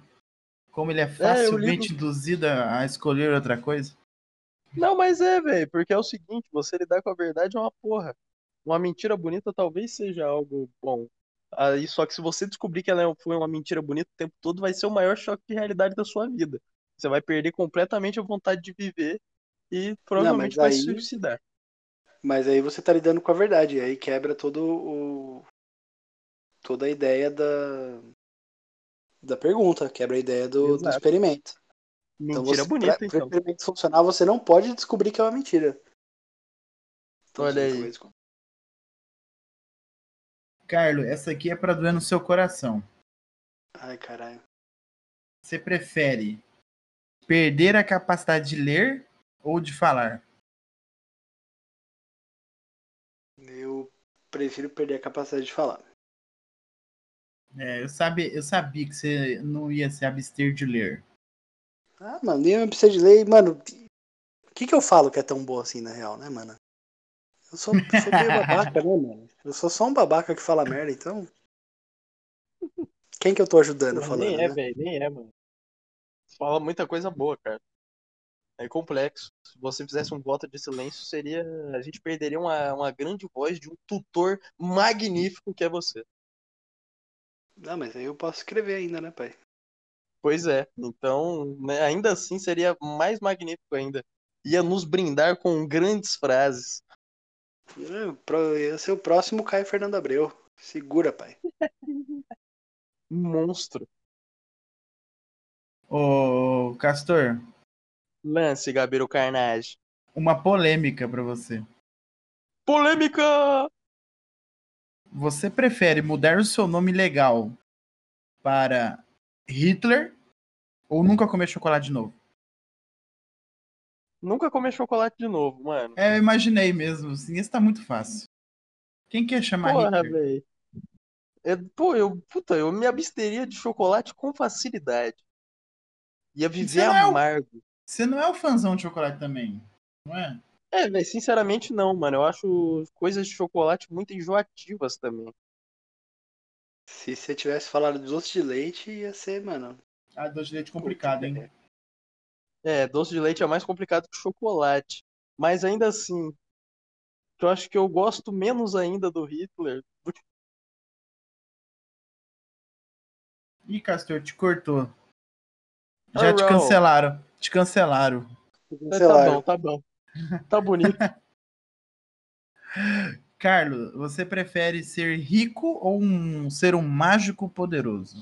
Como ele é facilmente ligo- induzido a a escolher outra coisa. Não, mas é, velho, porque é o seguinte, você lidar com a verdade é uma porra. Uma mentira bonita talvez seja algo bom. Aí, só que se você descobrir que ela é- foi uma mentira bonita o tempo todo, vai ser o maior choque de realidade da sua vida. Você vai perder completamente a vontade de viver e provavelmente vai aí- se suicidar. Mas aí você tá lidando com a verdade, aí quebra todo o. toda a ideia da. da pergunta, quebra a ideia do, do Exato. experimento. Mentira você, bonita, pra, então. Pra experimento funcionar, você não pode descobrir que é uma mentira. Então, Olha você aí. vai descobrir. Carlos, essa aqui é pra doer no seu coração. Ai, caralho. Você prefere perder a capacidade de ler ou de falar? Eu prefiro perder a capacidade de falar. É, eu, sabe, eu sabia que você não ia se abster de ler. Ah, mano, nem eu preciso de lei. Mano, o que que eu falo que é tão bom assim, na real, né, mano? Eu sou, sou meio babaca, né, mano? Eu sou só um babaca que fala merda, então. Quem que eu tô ajudando Mas falando, nem é, né? velho, nem é, mano. Você fala muita coisa boa, cara. É complexo. Se você fizesse um voto de silêncio, seria. A gente perderia uma, uma grande voz de um tutor magnífico que é você. Não, mas aí eu posso escrever ainda, né, pai? Pois é. Então, né, ainda assim seria mais magnífico ainda. Ia nos brindar com grandes frases. Eu, pro- Esse é o próximo Caio Fernando Abreu. Segura, pai. Monstro. Ô, Castor, Lance, Gabeiro Carnage. uma polêmica pra você. Polêmica! Você prefere mudar o seu nome legal para Hitler ou nunca comer chocolate de novo? Nunca comer chocolate de novo, mano. É, eu imaginei mesmo. Assim, esse tá muito fácil. Quem quer chamar Porra, Hitler? velho. É, pô, eu, puta, eu me absteria de chocolate com facilidade. Ia Você viver não é o- amargo. Você não é o fãzão de chocolate também, não é? É, velho, sinceramente não, mano. Eu acho coisas de chocolate muito enjoativas também. Se você tivesse falado de doce de leite, ia ser, mano. né? Ah, doce de leite complicado, hein? É, doce de leite é mais complicado que chocolate. Mas ainda assim, eu acho que eu gosto menos ainda do Hitler. do que- Ih, Castor, te cortou. Já te Arrow. cancelaram. Te cancelaram. É, Sei lá. tá bom, tá bom. Tá bonito. Carlos, você prefere ser rico ou um ser um mágico poderoso?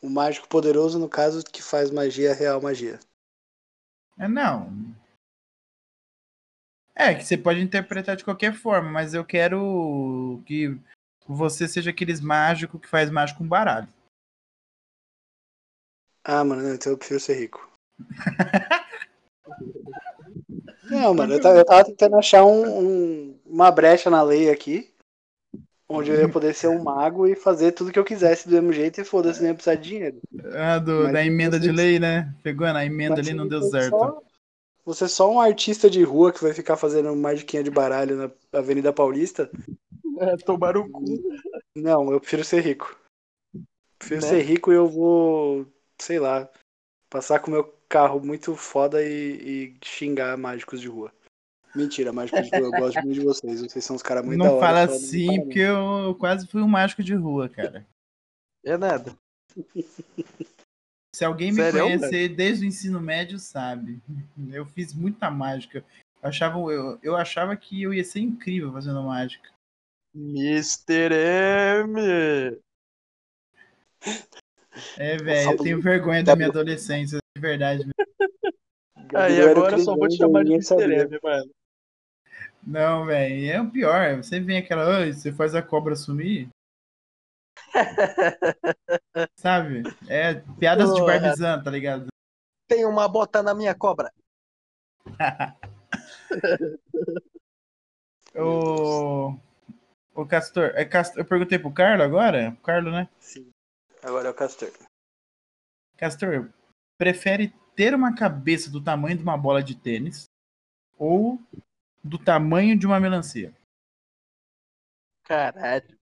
O mágico poderoso, no caso, que faz magia real magia. É, não. É, que você pode interpretar de qualquer forma, mas eu quero que você seja aqueles mágico que faz mágico com baralho. Ah, mano, não, então eu prefiro ser rico. Não, mano, eu ta- eu tava, tentando achar um- um- uma brecha na lei aqui, onde eu ia poder ser um mago e fazer tudo que eu quisesse do mesmo jeito e foda-se, nem ia precisar de dinheiro. Ah, do- Mas da emenda de você- lei, né? Pegou na emenda Mas ali, não você deu é certo. só- Você é só um artista de rua que vai ficar fazendo magiquinha de baralho na Avenida Paulista? É, tomar o cu. Não, eu prefiro ser rico. Prefiro Né? ser rico e eu vou, sei lá, passar com o meu carro muito foda e, e xingar mágicos de rua. Mentira, mágicos de rua, eu gosto muito de vocês. Vocês são os caras muito da Não hora. fala só não- assim, porque eu quase fui um mágico de rua, cara. É nada. Se alguém me Sério, conhecer desde o ensino médio, sabe. Eu fiz muita mágica. Eu achava, eu, eu achava que eu ia ser incrível fazendo mágica. Mr. M! É, velho, eu Pablo, tenho vergonha da Pablo. minha adolescência, de verdade. mesmo. Aí Gabriel era o agora eu só vou te criminoso, chamar de ninguém Mr. sabia. M, mano. Não, velho, é o pior. Sempre vem aquela, "Ai, você faz a cobra sumir, sabe? É piadas de Porra. barbizan, tá ligado? Tem uma bota na minha cobra. Meu Deus. Ô, ô Castor, é Castor, eu perguntei pro Carlo agora? Pro Carlo, né? Sim. Agora é o Castor. Castor, prefere ter uma cabeça do tamanho de uma bola de tênis ou do tamanho de uma melancia? Caralho.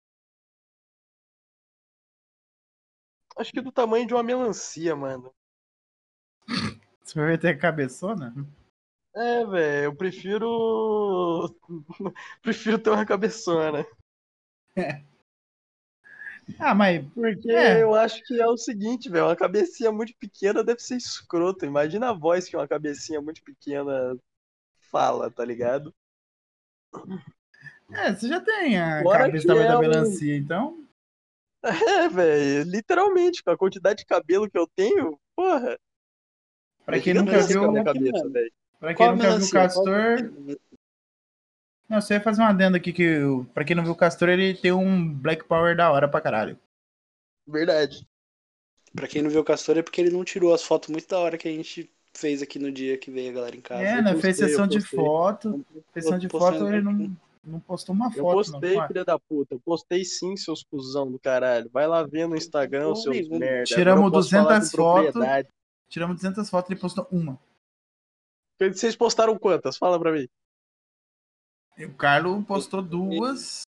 Acho que do tamanho de uma melancia, mano. Você vai ter a cabeçona? É, velho, eu prefiro. prefiro ter uma cabeçona. Ah, mas Porque É. eu acho que é o seguinte, velho, uma cabecinha muito pequena deve ser escroto. Imagina a voz que uma cabecinha muito pequena fala, tá ligado? é, você já tem a Fora cabeça que também da é um- melancia, então. É, velho, literalmente, com a quantidade de cabelo que eu tenho, porra. Pra quem imagina nunca essa viu- né? com a minha Aqui, cabeça, mano. velho. Pra quem Qual nunca viu o melancia? Qual Castor. melancia? Não, você ia fazer uma adenda aqui que, o- pra quem não viu o Castor, ele tem um Black Power da hora pra caralho. Verdade. Pra quem não viu o Castor é porque ele não tirou as fotos muito da hora que a gente fez aqui no dia que veio a galera em casa. é, Ah, Eu né? Fez postei, eu sessão de postei. foto. Fez sessão de postei foto, no- ele não, não postou uma Eu foto. postei, não. é? filha da puta. Eu postei sim, seus cuzão do caralho. Vai lá ver no Instagram, Porra seus nenhuma. merda. Tiramos Agora eu posso falar com 200 fotos. propriedade. Tiramos 200 fotos, ele postou uma. Vocês postaram quantas? Fala pra mim. E o Carlos postou duas.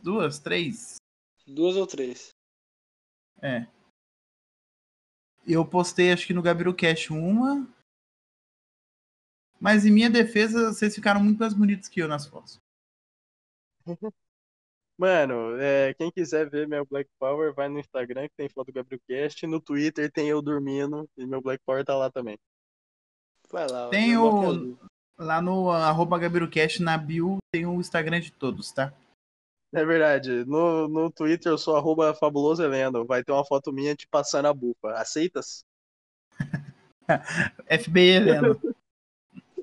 Duas, três. Duas ou três. Eu postei, acho que no Gabiru Cash uma. Mas em minha defesa, vocês ficaram muito mais bonitos que eu nas fotos. Mano, é, quem quiser ver meu Black Power, vai no Instagram que tem foto do GabrielCast. No Twitter tem eu dormindo e meu Black Power tá lá também. Vai lá. Tem meu o- bloco é azul. Lá no arroba GabiruCast, na bio, tem o Instagram de todos, tá? É verdade. No, no Twitter eu sou arroba fabuloso Heleno. Vai ter uma foto minha te passando a bufa. Aceitas? FBI Helena.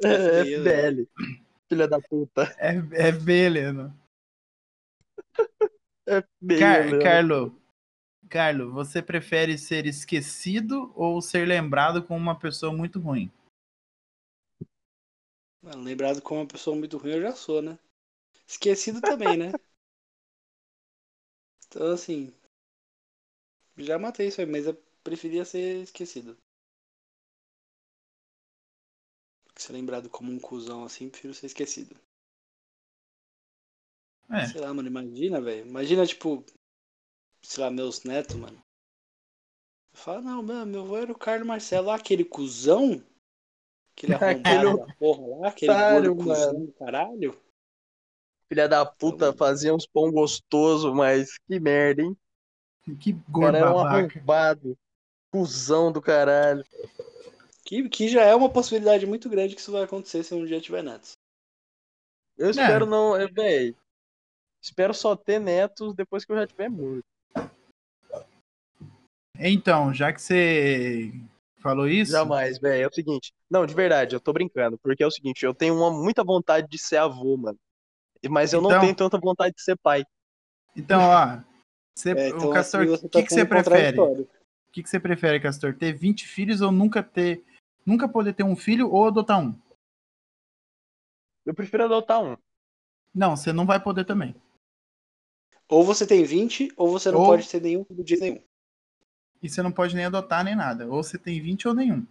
É, FBL. FBL. Filha da puta. É, FBI Helena. FBL. né? Car Heleno. Carlo, Carlo, você prefere ser esquecido ou ser lembrado como uma pessoa muito ruim? Mano, lembrado como uma pessoa muito ruim, eu já sou, né? Esquecido também, né? Então, assim. Já matei isso aí, mas eu preferia ser esquecido. Ser lembrado como um cuzão assim, prefiro ser esquecido. É. Sei lá, mano, imagina, velho. Imagina, tipo, sei lá, meus netos, mano. Fala, não, mano, meu avô era o Carlos Marcelo, ah, aquele cuzão? Aquele arrombado Aquele da porra lá, aquele otário, gordo cuzão do caralho? Filha da puta, Então, fazia uns pão gostoso, mas que merda, hein? Que O gordo cara era um babaca. arrombado. Cusão do caralho. Que, que já é uma possibilidade muito grande que isso vai acontecer se um dia tiver netos. Eu espero não. é, Véi. Espero só ter netos depois que eu já tiver morto. Então, já que você falou isso, Jamais, velho. É o seguinte. Não, de verdade, eu tô brincando. Porque é o seguinte, eu tenho uma, muita vontade de ser avô, mano. E- Mas eu não Então- tenho tanta vontade de ser pai. então, ó, você- É, o Castor, assim, o que, que sendo então, você tá um prefere? O contraditório. que, que você prefere, Castor? Ter 20 filhos ou nunca ter, nunca poder ter um filho ou adotar um? Eu prefiro adotar um. Não, você não vai poder também. Ou você tem 20, ou você não Ou- pode ter nenhum filho de nenhum. E você não pode nem adotar nem nada. Ou você tem 20 ou nenhum.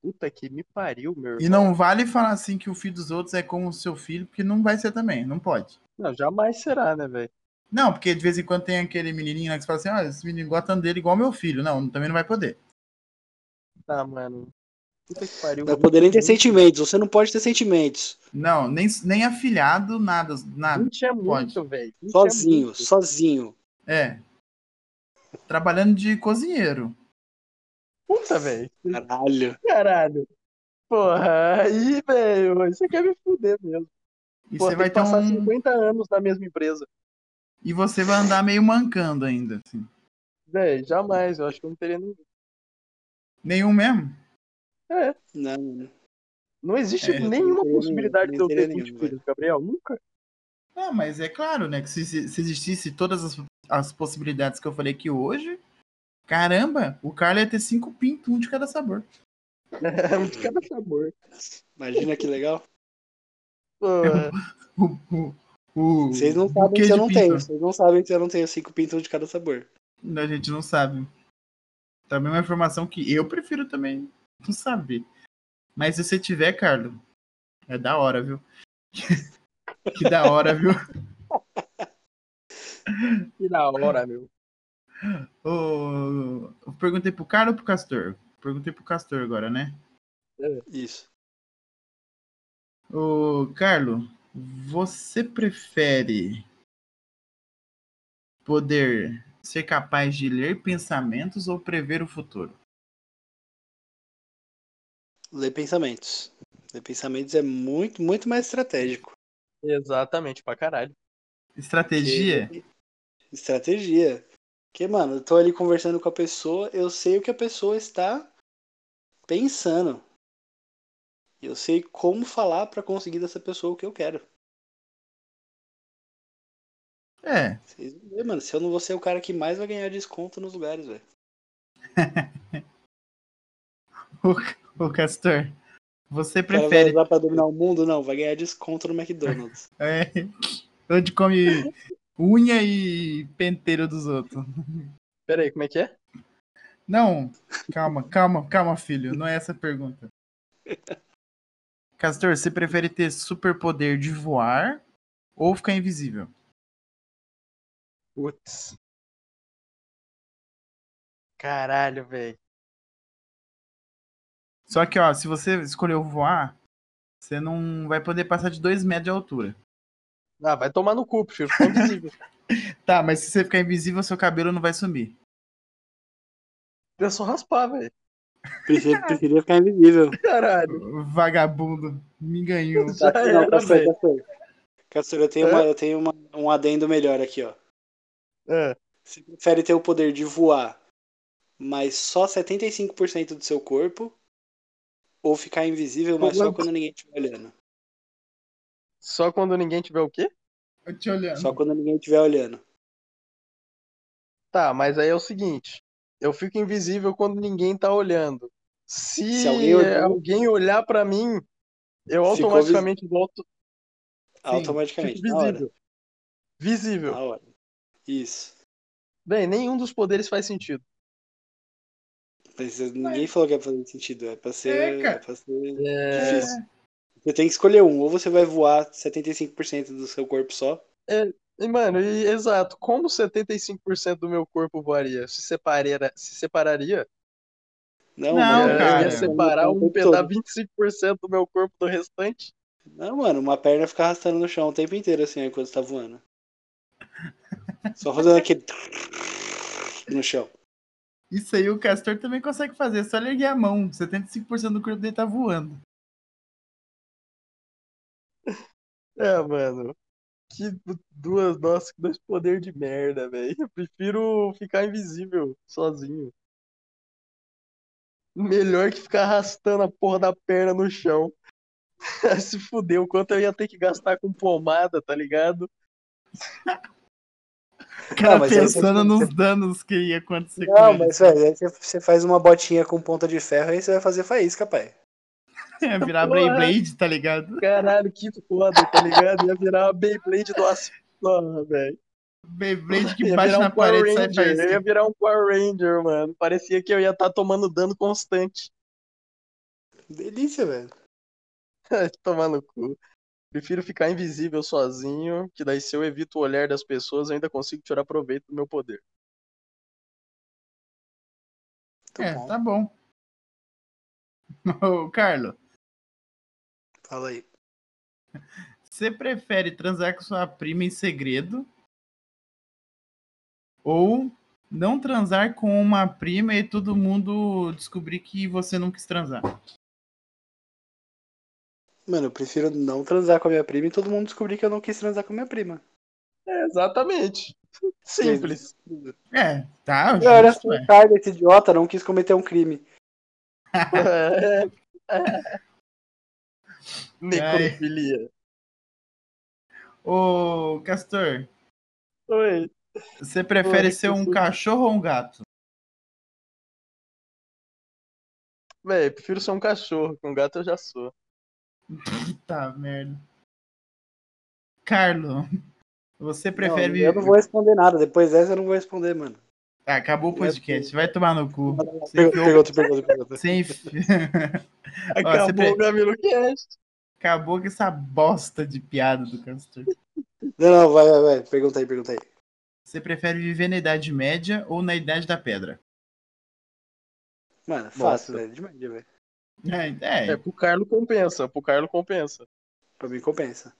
Puta que me pariu, meu E irmão. não vale falar assim que o filho dos outros é como o seu filho, porque não vai ser também, não pode. Não, jamais será, né, velho? Não, porque de vez em quando tem aquele menininho lá que você fala assim, ó, esse menino gosta dele igual meu filho. Não, também não vai poder. Tá, mano. Puta que pariu. Não poderia ter sentimentos, você não pode ter sentimentos. Não, nem, nem afilhado, nada, nada. 20 é muito, velho. 20 é Sozinho, muito. sozinho. É. Trabalhando de cozinheiro. Puta, velho. Caralho. Caralho. Porra, aí, velho, você quer me fuder mesmo. E Pô, você tem vai que ter passar assim. um. 50 anos na mesma empresa. E você vai andar meio mancando ainda. assim. Véi, jamais, eu acho que eu não teria nem. Nenhum mesmo? É, Não, não. não existe É, não nenhuma teria possibilidade nenhum, de eu não ter teria 20 nenhum, filhos, Gabriel. Nunca. Ah, mas é claro, né? Que se, se se existisse todas as, as possibilidades que eu falei aqui hoje, caramba, o Carlos ia ter cinco pintos, um de cada sabor. um de cada sabor. Imagina que legal. Porra. O, o, o, Vocês não o sabem buquê que eu de não Um pinto. tenho. Vocês não sabem que eu não tenho cinco pintos de cada sabor. A gente não sabe. Também é uma informação que eu prefiro também não saber. Mas se você tiver, Carlos, é da hora, viu? que da hora, viu? Que da hora, meu. Ô, eu perguntei pro Carlos ou pro Castor? Perguntei pro Castor agora, né? Isso. Ô, Carlos, você prefere Poder ser capaz de ler pensamentos ou prever o futuro. Ler pensamentos. Ler pensamentos é muito, muito mais estratégico. Exatamente, pra caralho. Estratégia? Que- Estratégia. Porque, mano, eu tô ali conversando com a pessoa, eu sei o que a pessoa está pensando. Eu sei como falar pra conseguir dessa pessoa o que eu quero. É. Vocês vão ver, mano, se eu não vou ser o cara que mais vai ganhar desconto nos lugares, velho. Ô, Castor, você O cara vai prefere. usar pra dominar o mundo? Não, vai ganhar desconto no McDonald's. É, onde come unha e penteiro dos outros. Pera aí, como é que é? Não, calma, calma, calma, filho. Não é essa a pergunta. Castor, você prefere ter superpoder de voar ou ficar invisível? Putz. Caralho, velho. Só que, ó, se você escolheu voar, você não vai poder passar de 2 metros de altura. Ah, vai tomar no cu, Pichiro. Ficou invisível. Tá, mas se você ficar invisível, seu cabelo não vai sumir. É só raspar, velho. Preferia, preferia ficar invisível. Caralho. Vagabundo, me ganhou. Já Não, era, Castor, velho. Castor. Castor, eu tenho, uma, eu tenho uma- um adendo melhor aqui, ó. É. Você prefere ter o poder de voar, mas só 75% do seu corpo, ou ficar invisível, mas só quando ninguém estiver olhando? Só quando ninguém tiver o quê? Eu tá te olhando. Só quando ninguém estiver olhando. Tá, mas aí é o seguinte. Eu fico invisível quando ninguém tá olhando. Se, Se alguém olhou- alguém olhar pra mim, eu Ficou automaticamente volto. Automaticamente, Fico na hora. visível. Visível. Na hora. Isso. Bem, nenhum dos poderes faz sentido. Mas ninguém falou que ia fazer sentido. É pra ser. É, cara. é pra ser... É, difícil. Você tem que escolher um. Ou você vai voar 75% do seu corpo só. e, mano, e- exato. Como 75% do meu corpo voaria? Se, separaria, se separaria? Não, Não, mano. eu cara. ia separar O um tempo pedaço todo. 25% do meu corpo do restante? Não, mano. Uma perna fica arrastando no chão o tempo inteiro, assim, enquanto você tá voando. Só fazendo aquele. no chão. Isso aí o Castor também consegue fazer, é só ele erguer a mão. 75% do corpo dele tá voando. É, mano. Que du- duas, nossa, que dois poder de merda, velho. Eu prefiro ficar invisível sozinho. Melhor que ficar arrastando a porra da perna no chão. Se fudeu, quanto eu ia ter que gastar com pomada, tá ligado? O cara Não, mas aí você- pensando nos danos que ia acontecer com Não, ele. mas, velho, aí você- você faz uma botinha com ponta de ferro aí você vai fazer faísca, pai. É, virar Porra. Beyblade, tá ligado? Caralho, que foda, tá ligado? Ia virar uma Beyblade do Asfala, velho. Beyblade que Ia bate virar na um Power parede e sai Ranger, eu ia faísca. virar um Power Ranger, mano. Parecia que eu ia estar tomando dano constante. Delícia, velho. Tomar no cu. Prefiro ficar invisível sozinho, que daí se eu evito o olhar das pessoas, eu ainda consigo tirar proveito do meu poder. Muito É, bom. tá bom. Ô, Carlo, Fala aí. você prefere transar com sua prima em segredo? Ou não transar com uma prima e todo mundo descobrir que você não quis transar? Mano, eu prefiro não transar com a minha prima e todo mundo descobrir que eu não quis transar com a minha prima. É, exatamente. Simples. É, tá, Eu era assim. justo, é. suicida, esse idiota, não quis cometer um crime. É. Necrofilia. Ô, Castor, Oi. você prefere Oi, ser um Castor. cachorro ou um gato? Véi, prefiro ser um cachorro, que um gato eu já sou. Tá, merda. Carlo, você prefere. Não, eu não vou responder nada, depois dessa eu não vou responder, mano. Ah, acabou o podcast, vai tomar no cu. Você Pergunta, enfiou... pergunta, pergunta, pergunta. você enfi- Acabou pre- o Gamilo Cast. acabou com essa bosta de piada do Castor. Não, não, vai, vai, vai. Pergunta aí, pergunta aí. Você prefere viver na Idade Média ou na Idade da Pedra? Mano, fácil, Nossa. velho. Demais, velho. É, É, é. pro Carlo compensa, pro Carlo compensa. Pra mim compensa.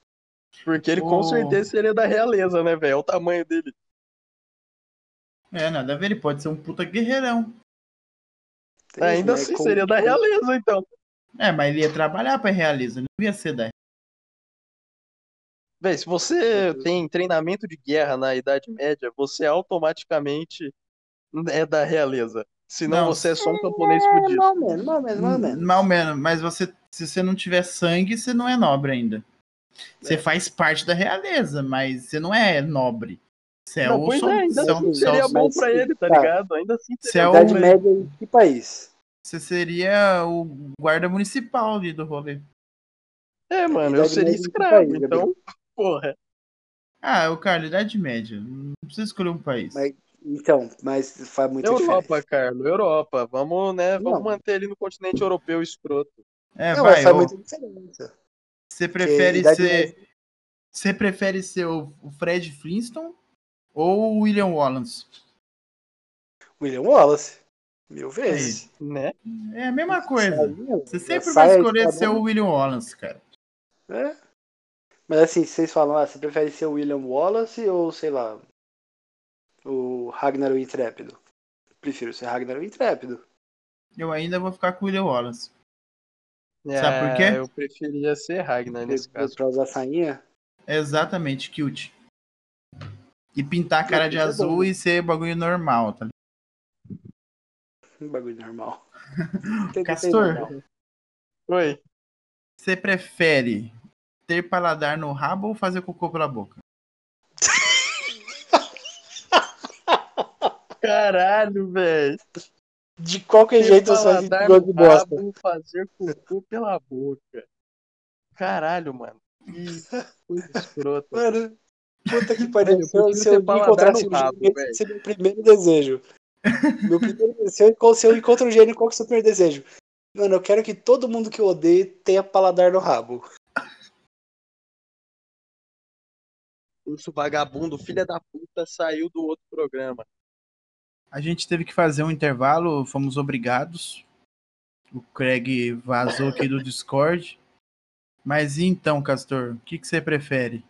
Porque ele com Ô. certeza seria da realeza, né, velho? Olha o tamanho dele. É, nada a ver, ele pode ser um puta guerreirão. Tem Ainda isso, assim, né? Com- seria da realeza, então. É, mas ele ia trabalhar pra realizar, ele não ia ser da Véi, se você tem treinamento de guerra na Idade Média, você automaticamente é da realeza. Senão Não. você é só um camponês fudido. Mal menos, mal menos, é mal menos. Mal Hum, menos, mas você, se você não tiver sangue, você não é nobre ainda. Você faz parte da realeza, mas você não é nobre. Você é Não, o pois só- é, ainda só- assim só- seria só- bom mas- pra ele, tá tá. ligado? Ainda assim você é o- Idade Média em que país? você seria o guarda municipal ali do rolê. É, mano, eu Idade seria Média em que escravo, país, então, porra. Ah, o cara, Idade Média. Não precisa escolher um país. Mas- Então, mas faz muita Europa, diferença. Carlos, Europa. Vamos, né? Vamos Não. manter ele no continente europeu escroto. É, Não, vai, mas faz ô, muita diferença. você prefere Idade ser. Você prefere ser o o Fred Flintstone ou o William Wallace? é William Wallace. Mil vezes. é Né? É a mesma É coisa. Você sempre Sai vai aí, escolher tá ser bom. o William Wallace, cara. É. Mas assim, vocês falam, ah, você prefere ser o William Wallace ou, sei lá, o Ragnar o Intrépido? Prefiro ser Ragnar o Intrépido. Eu ainda vou ficar com o William Wallace. Sabe por Ah, quê? Eu preferia ser Ragnar É, nesse caso. Pra usar sainha. É Exatamente, cute. E pintar a cara Não, de isso é azul bom. e ser bagulho normal, tá ligado? Um bagulho normal. Tem que Castor. ter normal. Oi. Você prefere ter paladar no rabo ou fazer cocô pela boca? Caralho, velho. De qualquer Ter jeito, eu sou esse paladar de no bosta. rabo, fazer cocô pela boca. Caralho, mano. Que coisa escrota. Mano, puta que pariu. Velho, eu Se eu, prefiro se eu ter paladar encontrasse no um rabo, gênio, velho. esse é meu primeiro desejo. Meu primeiro, se, eu, enco- se eu encontro um gênio, qual que é o seu primeiro desejo? Mano, eu quero que todo mundo que eu odeio tenha paladar no rabo. Urso vagabundo, filha da puta, saiu do outro programa. A gente teve que fazer um intervalo, fomos obrigados. O Craig vazou aqui do Discord. Mas e então, Castor, o que, que você prefere?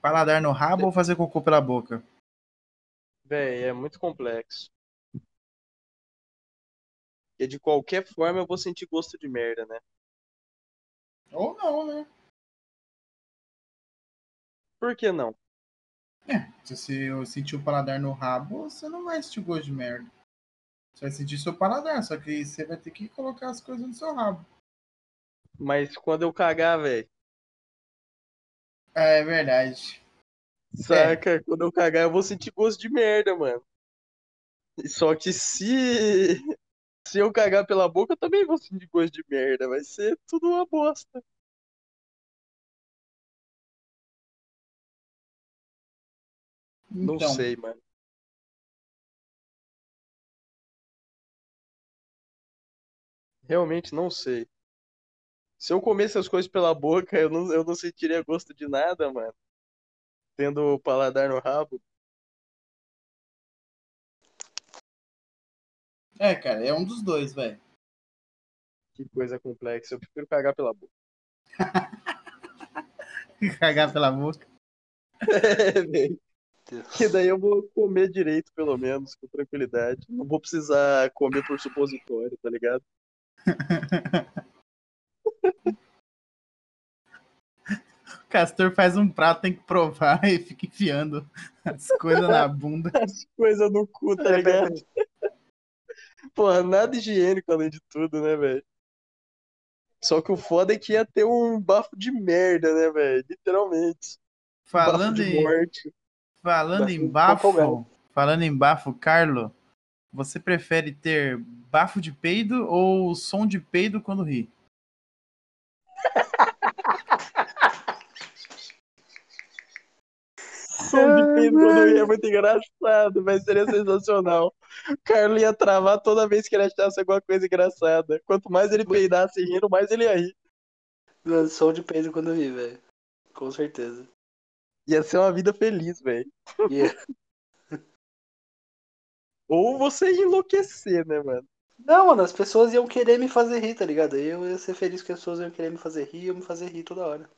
Paladar no rabo ou fazer cocô pela boca? Véi, é muito complexo. Porque de qualquer forma eu vou sentir gosto de merda, né? Ou não, né? Por que não? Se você sentir o paladar no rabo, você não vai sentir gosto de merda. Você vai sentir seu paladar, só que você vai ter que colocar as coisas no seu rabo. Mas quando eu cagar, velho. É verdade. Saca? Quando eu cagar, eu vou sentir gosto de merda, mano. E Só que se. Se eu cagar pela boca, eu também vou sentir gosto de merda. Vai ser tudo uma bosta. Então, Não sei, mano. Realmente não sei. Se eu comesse as coisas pela boca, eu não, eu não sentiria gosto de nada, mano. Tendo o paladar no rabo. É, cara, é um dos dois, velho. Que coisa complexa. Eu prefiro cagar pela boca. Cagar pela boca. É, velho. Que daí eu vou comer direito, pelo menos, com tranquilidade. Não vou precisar comer por supositório, tá ligado? O Castor faz um prato, tem que provar e fica enfiando as coisas na bunda. As coisas no cu, É tá ligado? Porra, nada higiênico além de tudo, né, velho? Só que o foda é que ia ter um bafo de merda, né, velho? Literalmente. bafo Falando de em, morte. falando Bafo em de bafo, cocô, falando em bafo, Carlo, você prefere ter bafo de peido ou som de peido quando ri? Som de peido quando ia é muito engraçado, mas seria sensacional. O Carlos ia travar toda vez que ele achasse alguma coisa engraçada. Quanto mais ele peidasse rindo, mais ele ia rir. Mano, som de Pedro quando vi, velho. Com certeza. Ia ser uma vida feliz, velho. E- Ou você ia enlouquecer, né, mano? Não, mano, as pessoas iam querer me fazer rir, tá ligado? Eu ia ser feliz que as pessoas iam querer me fazer rir, iam me fazer rir toda hora.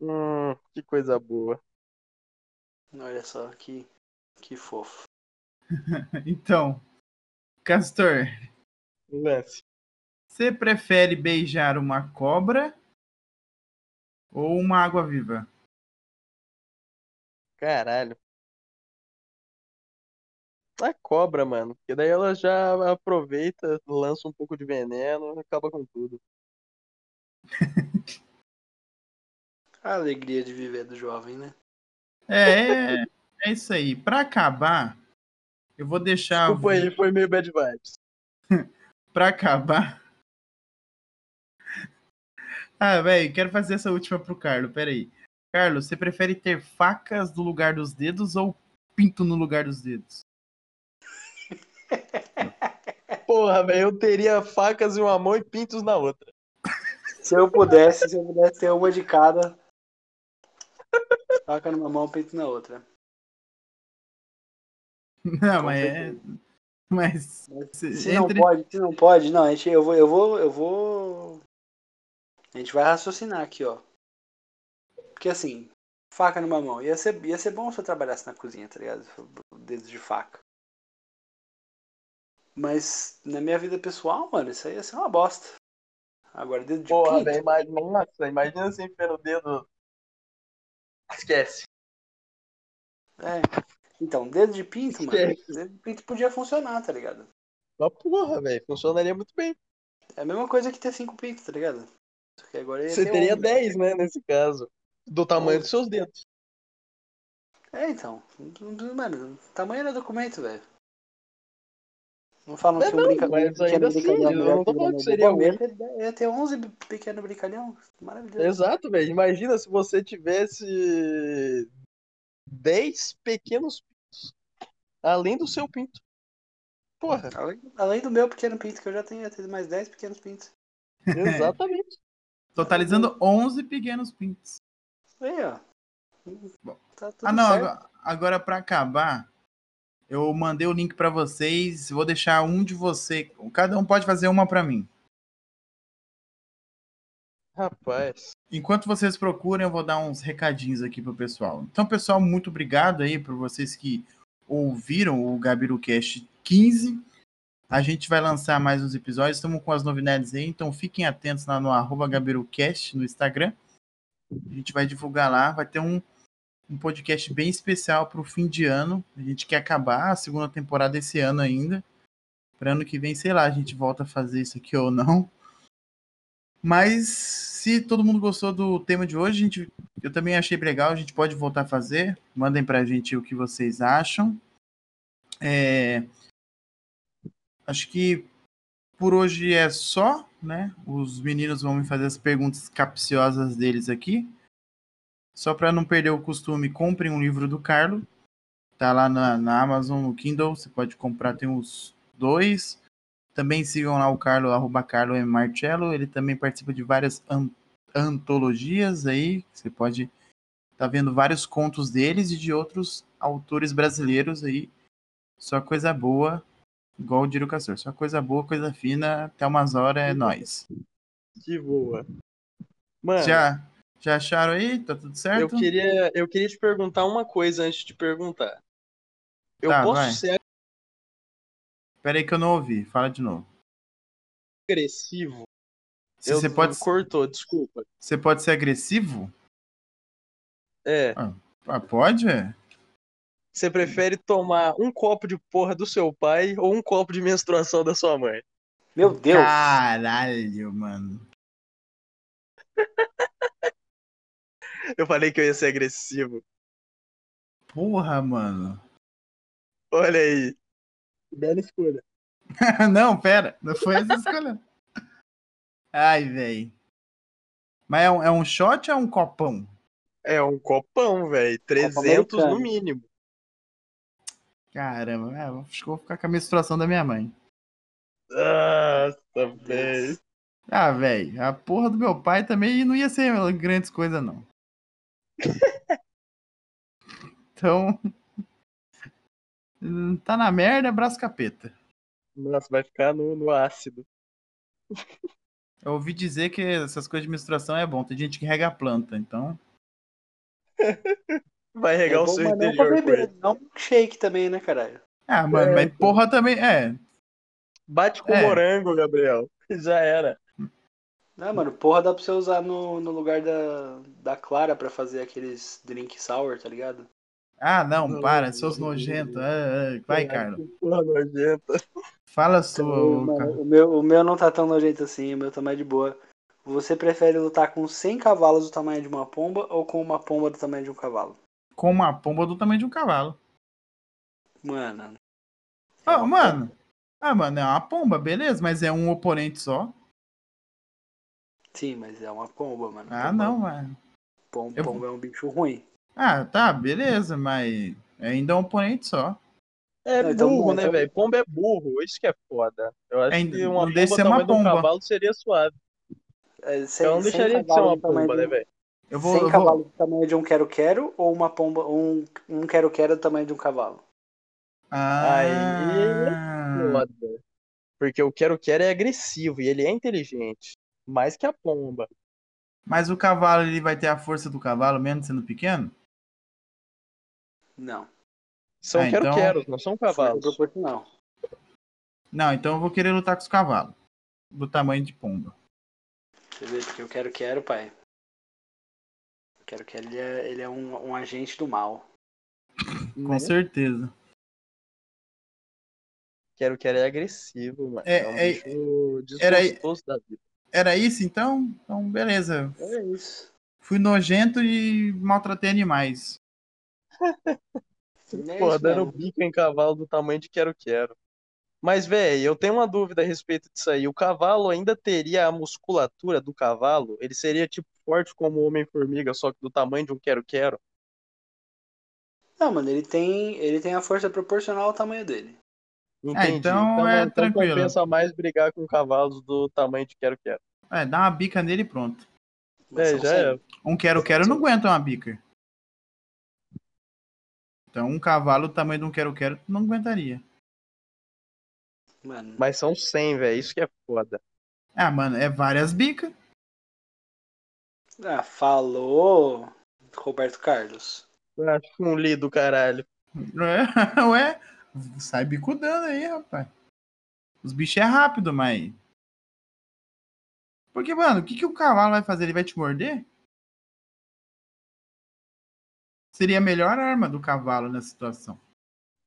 Hum, que coisa boa. Olha só, que Que fofo. Então, Castor, Lance. você prefere beijar uma cobra ou uma água-viva? Caralho. A cobra, mano. Porque daí ela já aproveita, lança um pouco de veneno, acaba com tudo. A alegria de viver do jovem, né? É, é, é isso aí. Pra acabar, eu vou deixar. Desculpa aí, foi meio bad vibes. Pra acabar. Ah, velho, quero fazer essa última pro Carlos. Peraí. Carlos, você prefere ter facas no lugar dos dedos ou pinto no lugar dos dedos? Porra, velho, eu teria facas em uma mão e pintos na outra. Se eu pudesse, se eu pudesse ter uma de cada. Taca numa mão, peito na outra. Não, mas é. Mas. se- Se não entre- pode, se não pode, não, a gente, eu vou, eu vou, eu vou. A gente vai raciocinar aqui, ó. Porque assim, faca numa mão. Ia ser, ia ser bom se eu trabalhasse na cozinha, tá ligado? Dedos de faca. Mas na minha vida pessoal, mano, isso aí ia ser uma bosta. Agora, dedo de Porra, pinto, velho, imagina, nossa, imagina se enfiar o dedo. Esquece. É. Então, dedo de pinto, mano. Esquece. Dedo de pinto podia funcionar, tá ligado? Uma porra, velho, funcionaria muito bem. É a mesma coisa que ter cinco pintos, tá ligado? Só que agora ia Você é ter teria um. 10, né, nesse caso. Do tamanho dos seus dedos. É, então. Não precisa- Mano, o tamanho era documento, velho. Não falam É, que não, um brincadeira, mas ainda assim, eu é não tô falando que seria ia, ter, ia ter 11 pequenos brincalhão. Maravilhoso. Exato, velho. Imagina se você tivesse 10 pequenos pintos. Além do seu pinto. Porra, Além, além do meu pequeno pinto, que eu já tenho, ia ter mais 10 pequenos pintos. exatamente. Totalizando 11 pequenos pintos. Aí, ó. Bom. Tá tudo Ah, não, certo. agora, agora para acabar, eu mandei o link para vocês, vou deixar um de você, cada um pode fazer uma para mim. Rapaz. Enquanto vocês procuram, eu vou dar uns recadinhos aqui pro pessoal. Então, pessoal, muito obrigado aí por vocês que ouviram o GabiruCast 15. A gente vai lançar mais uns episódios, estamos com as novidades aí, então fiquem atentos lá no arroba GabiruCast no Instagram. A gente vai divulgar lá, vai ter um, um podcast bem especial pro fim de ano. A gente quer acabar a segunda temporada esse ano ainda. Para ano que vem, sei lá, a gente volta a fazer isso aqui ou não. Mas se todo mundo gostou do tema de hoje, a gente, eu também achei legal, a gente pode voltar a fazer. Mandem pra gente o que vocês acham. É, acho que por hoje é só, né? Os meninos vão me fazer as perguntas capciosas deles aqui. Só para não perder o costume, comprem um livro do Carlo. Tá lá na, na Amazon, no Kindle, você pode comprar, tem os dois. Também sigam lá o Carlo, arroba Carlo M. Marcello. Ele também participa de várias an- antologias aí. Você pode tá vendo vários contos deles e de outros autores brasileiros aí. Só coisa boa, igual o Diro Castor. Só coisa boa, coisa fina. Até umas horas é nóis. Que boa. Mano, Já, já acharam aí? Tá tudo É. eu certo? queria, eu queria te perguntar uma coisa antes de perguntar. Eu Tá, posso vai. ser Pera aí que eu não ouvi. Fala de novo. agressivo? Se eu, você, pode, Cortou, desculpa. você pode ser agressivo? É. Ah, pode? é? Você prefere tomar um copo de porra do seu pai ou um copo de menstruação da sua mãe? Meu Deus. Caralho, mano. Eu falei que eu ia ser agressivo. Porra, mano. Olha aí. Bela escolha. Ah, não, pera, não foi essa a escolha. Ai, velho. Mas é um, é um shot ou é um copão? É um copão, velho. 300 no americano. mínimo. Caramba, é, eu acho que eu vou ficar com a menstruação da minha mãe. Nossa, velho. Ah, velho, a porra do meu pai também não ia ser grandes coisas, não. então. hum, Tá na merda, abraço capeta. Nossa, vai ficar no, no ácido. Eu ouvi dizer que essas coisas de menstruação é bom. Tem gente que rega a planta, então. Vai regar É o bom, seu mas não interior pra com beber, ele. não shake também, né, caralho? Ah, mano, mas É. porra também. É, Bate com É. morango, Gabriel. Já era. Não, mano, porra dá pra você usar no, no lugar da, da Clara pra fazer aqueles drink sour, tá ligado? Ah, não, Não, para, não, seus não, nojentos. não. É, Ah, ah, vai, Carlos. Porra, nojenta. é, Fala sua, ô, Carlos. Mano, o, meu, o meu não tá tão nojento assim, o meu tá mais de boa. Você prefere lutar com 100 cavalos do tamanho de uma pomba ou com uma pomba do tamanho de um cavalo? Com uma pomba do tamanho de um cavalo. Mano. é Ah, uma mano. Ah, mano, é uma pomba, beleza, mas é um oponente só. Sim, mas é uma pomba, mano. Ah, Pomba- não, mano. pom- Eu- Pomba é um bicho ruim. Ah, tá, beleza, mas ainda é um oponente só. É Não, então, burro, não, né, então- velho? Pomba é burro. Isso que é foda. Eu acho Ainda- que uma não pomba deixa ser uma tamanho de um pomba. cavalo seria suave. É, 100, Eu não um deixaria de ser uma pomba, né, velho? Eu vou. eu 100 vou- cavalos do tamanho de um quero-quero ou uma pomba, um, um quero-quero do tamanho de um cavalo? Ah, Foda. Porque o quero-quero é agressivo e ele é inteligente. Mais que a pomba. mas o cavalo ele vai ter a força do cavalo, mesmo sendo pequeno? Não. São Ah, então- quero-queros, não são Cavalo. cavalos. Proporcional. Não, então eu vou querer lutar com os cavalos. Do tamanho de pomba. Você vê, porque eu quero-quero, pai. Quero-quero, ele é, ele é um, um agente do mal. Uhum. Com Né? certeza. Quero-quero é agressivo, mano. É, É, um é- bicho era- desgostoso da vida. Era isso então? Então, beleza. É isso. Fui nojento e maltratei animais. É Porra, isso dando mesmo. bico em cavalo do tamanho de quero-quero. Mas, velho, eu tenho uma dúvida a respeito disso aí. O cavalo ainda teria a musculatura do cavalo? Ele seria, tipo, forte como o Homem-Formiga, só que do tamanho de um quero-quero? Não, mano, ele tem, ele tem a força proporcional ao tamanho dele. Ah, então é tranquilo. compensa mais brigar com cavalos do tamanho de quero-quero. É, dá uma bica nele e pronto. Mas É, são já 100. é. Um quero-quero não aguenta uma bica. Então, um cavalo do tamanho de um quero-quero não aguentaria. é. Mano, Mas são 100, velho. Isso que é foda. Ah, mano, é várias bicas. ah, falou Roberto Carlos. Eu Acho um li do caralho. Ué, É, ué, sai bicudando aí, rapaz. Os bichos é rápido, mas. Porque, mano, o que, que o cavalo vai fazer? Ele vai te morder? Seria a melhor arma do cavalo nessa situação.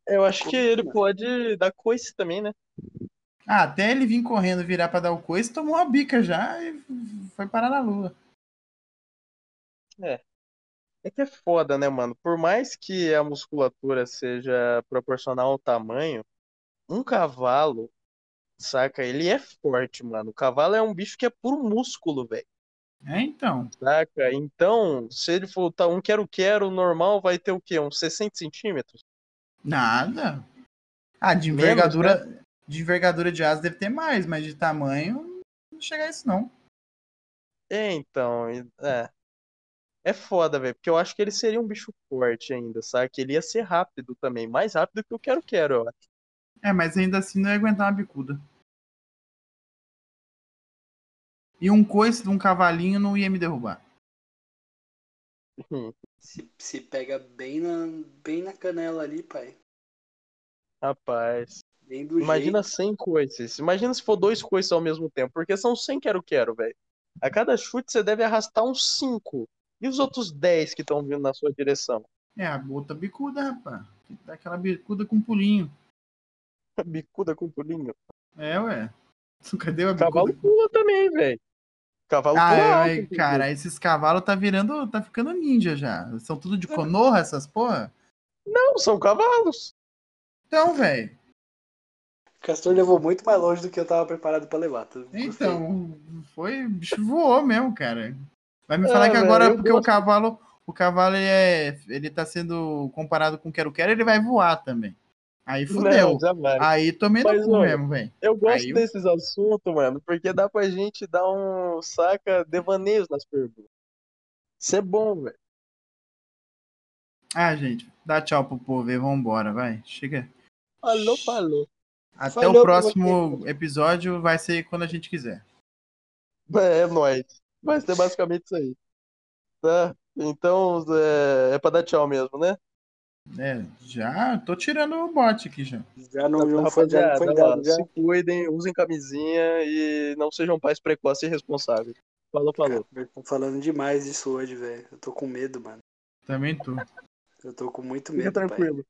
Eu acho que ele pode dar coice também, né? Ah, até ele vir correndo, virar pra dar o coice, tomou uma bica já e foi parar na lua. É que é foda, né, mano? Por mais que a musculatura seja proporcional ao tamanho, um cavalo, saca? Ele é forte, mano. O cavalo é um bicho que é puro músculo, velho, É, então. saca? Então, se ele for tá, um quero-quero normal, vai ter o quê? Uns 60 centímetros? Nada. Ah, de Menos, envergadura, de envergadura de asa deve ter mais, mas de tamanho não chega a isso não. É, então, e- é. É foda, velho, porque eu acho que ele seria um bicho forte ainda, saca? Ele ia ser rápido também, mais rápido que o quero-quero, eu acho. É, mas ainda assim não ia aguentar uma bicuda. E um coice de um cavalinho não ia me derrubar. Se, se pega bem na, bem na canela ali, pai. Rapaz. Bem do Imagina jeito. 100 coices. Imagina se for dois coices ao mesmo tempo, porque são 100 quero-quero, velho. A cada chute você deve arrastar uns 5. E os outros 10 que estão vindo na sua direção? É, a bota bicuda, rapaz. Tem que dar aquela bicuda com pulinho. Bicuda com pulinho. É, ué. Cadê a O bicuda? cavalo pula também, velho. Cavalo Ah, pula. é, alto, é, inclusive. cara, esses cavalos tá virando, tá ficando ninja já. São tudo de conorra essas porra? Não, são cavalos. Então, velho. Castor levou muito mais longe do que eu tava preparado pra levar. tá? Então, foi, o bicho voou mesmo, cara. Vai me É, falar que velho, agora eu porque o gosto. cavalo, o cavalo ele é, ele tá sendo comparado com o quero quero, ele vai voar também. Aí fudeu. Não, jamais. Aí tomei Mas, no cu olha, mesmo, velho. Eu gosto Aí- desses assuntos, mano, porque dá pra gente dar um, saca, devaneios nas perguntas. Isso é bom, velho. Ah, gente, dá tchau pro povo aí, vambora, vai. Chega. Falou, falou. Até Falou o pra próximo episódio, vai ser quando a gente quiser. É, é nóis. Vai ser basicamente isso aí. Tá? Então é, é pra dar tchau mesmo, né? É, já tô tirando o bote aqui já. Já não, Então, não foi, já não Rapaziada, foi ó, dado, já. se cuidem, usem camisinha e não sejam pais precoces e responsáveis. Falou, falou. Cara, Tô falando demais disso hoje, velho. Eu tô com medo, mano. Também tô. Eu tô com muito Fica medo, pai. tranquilo.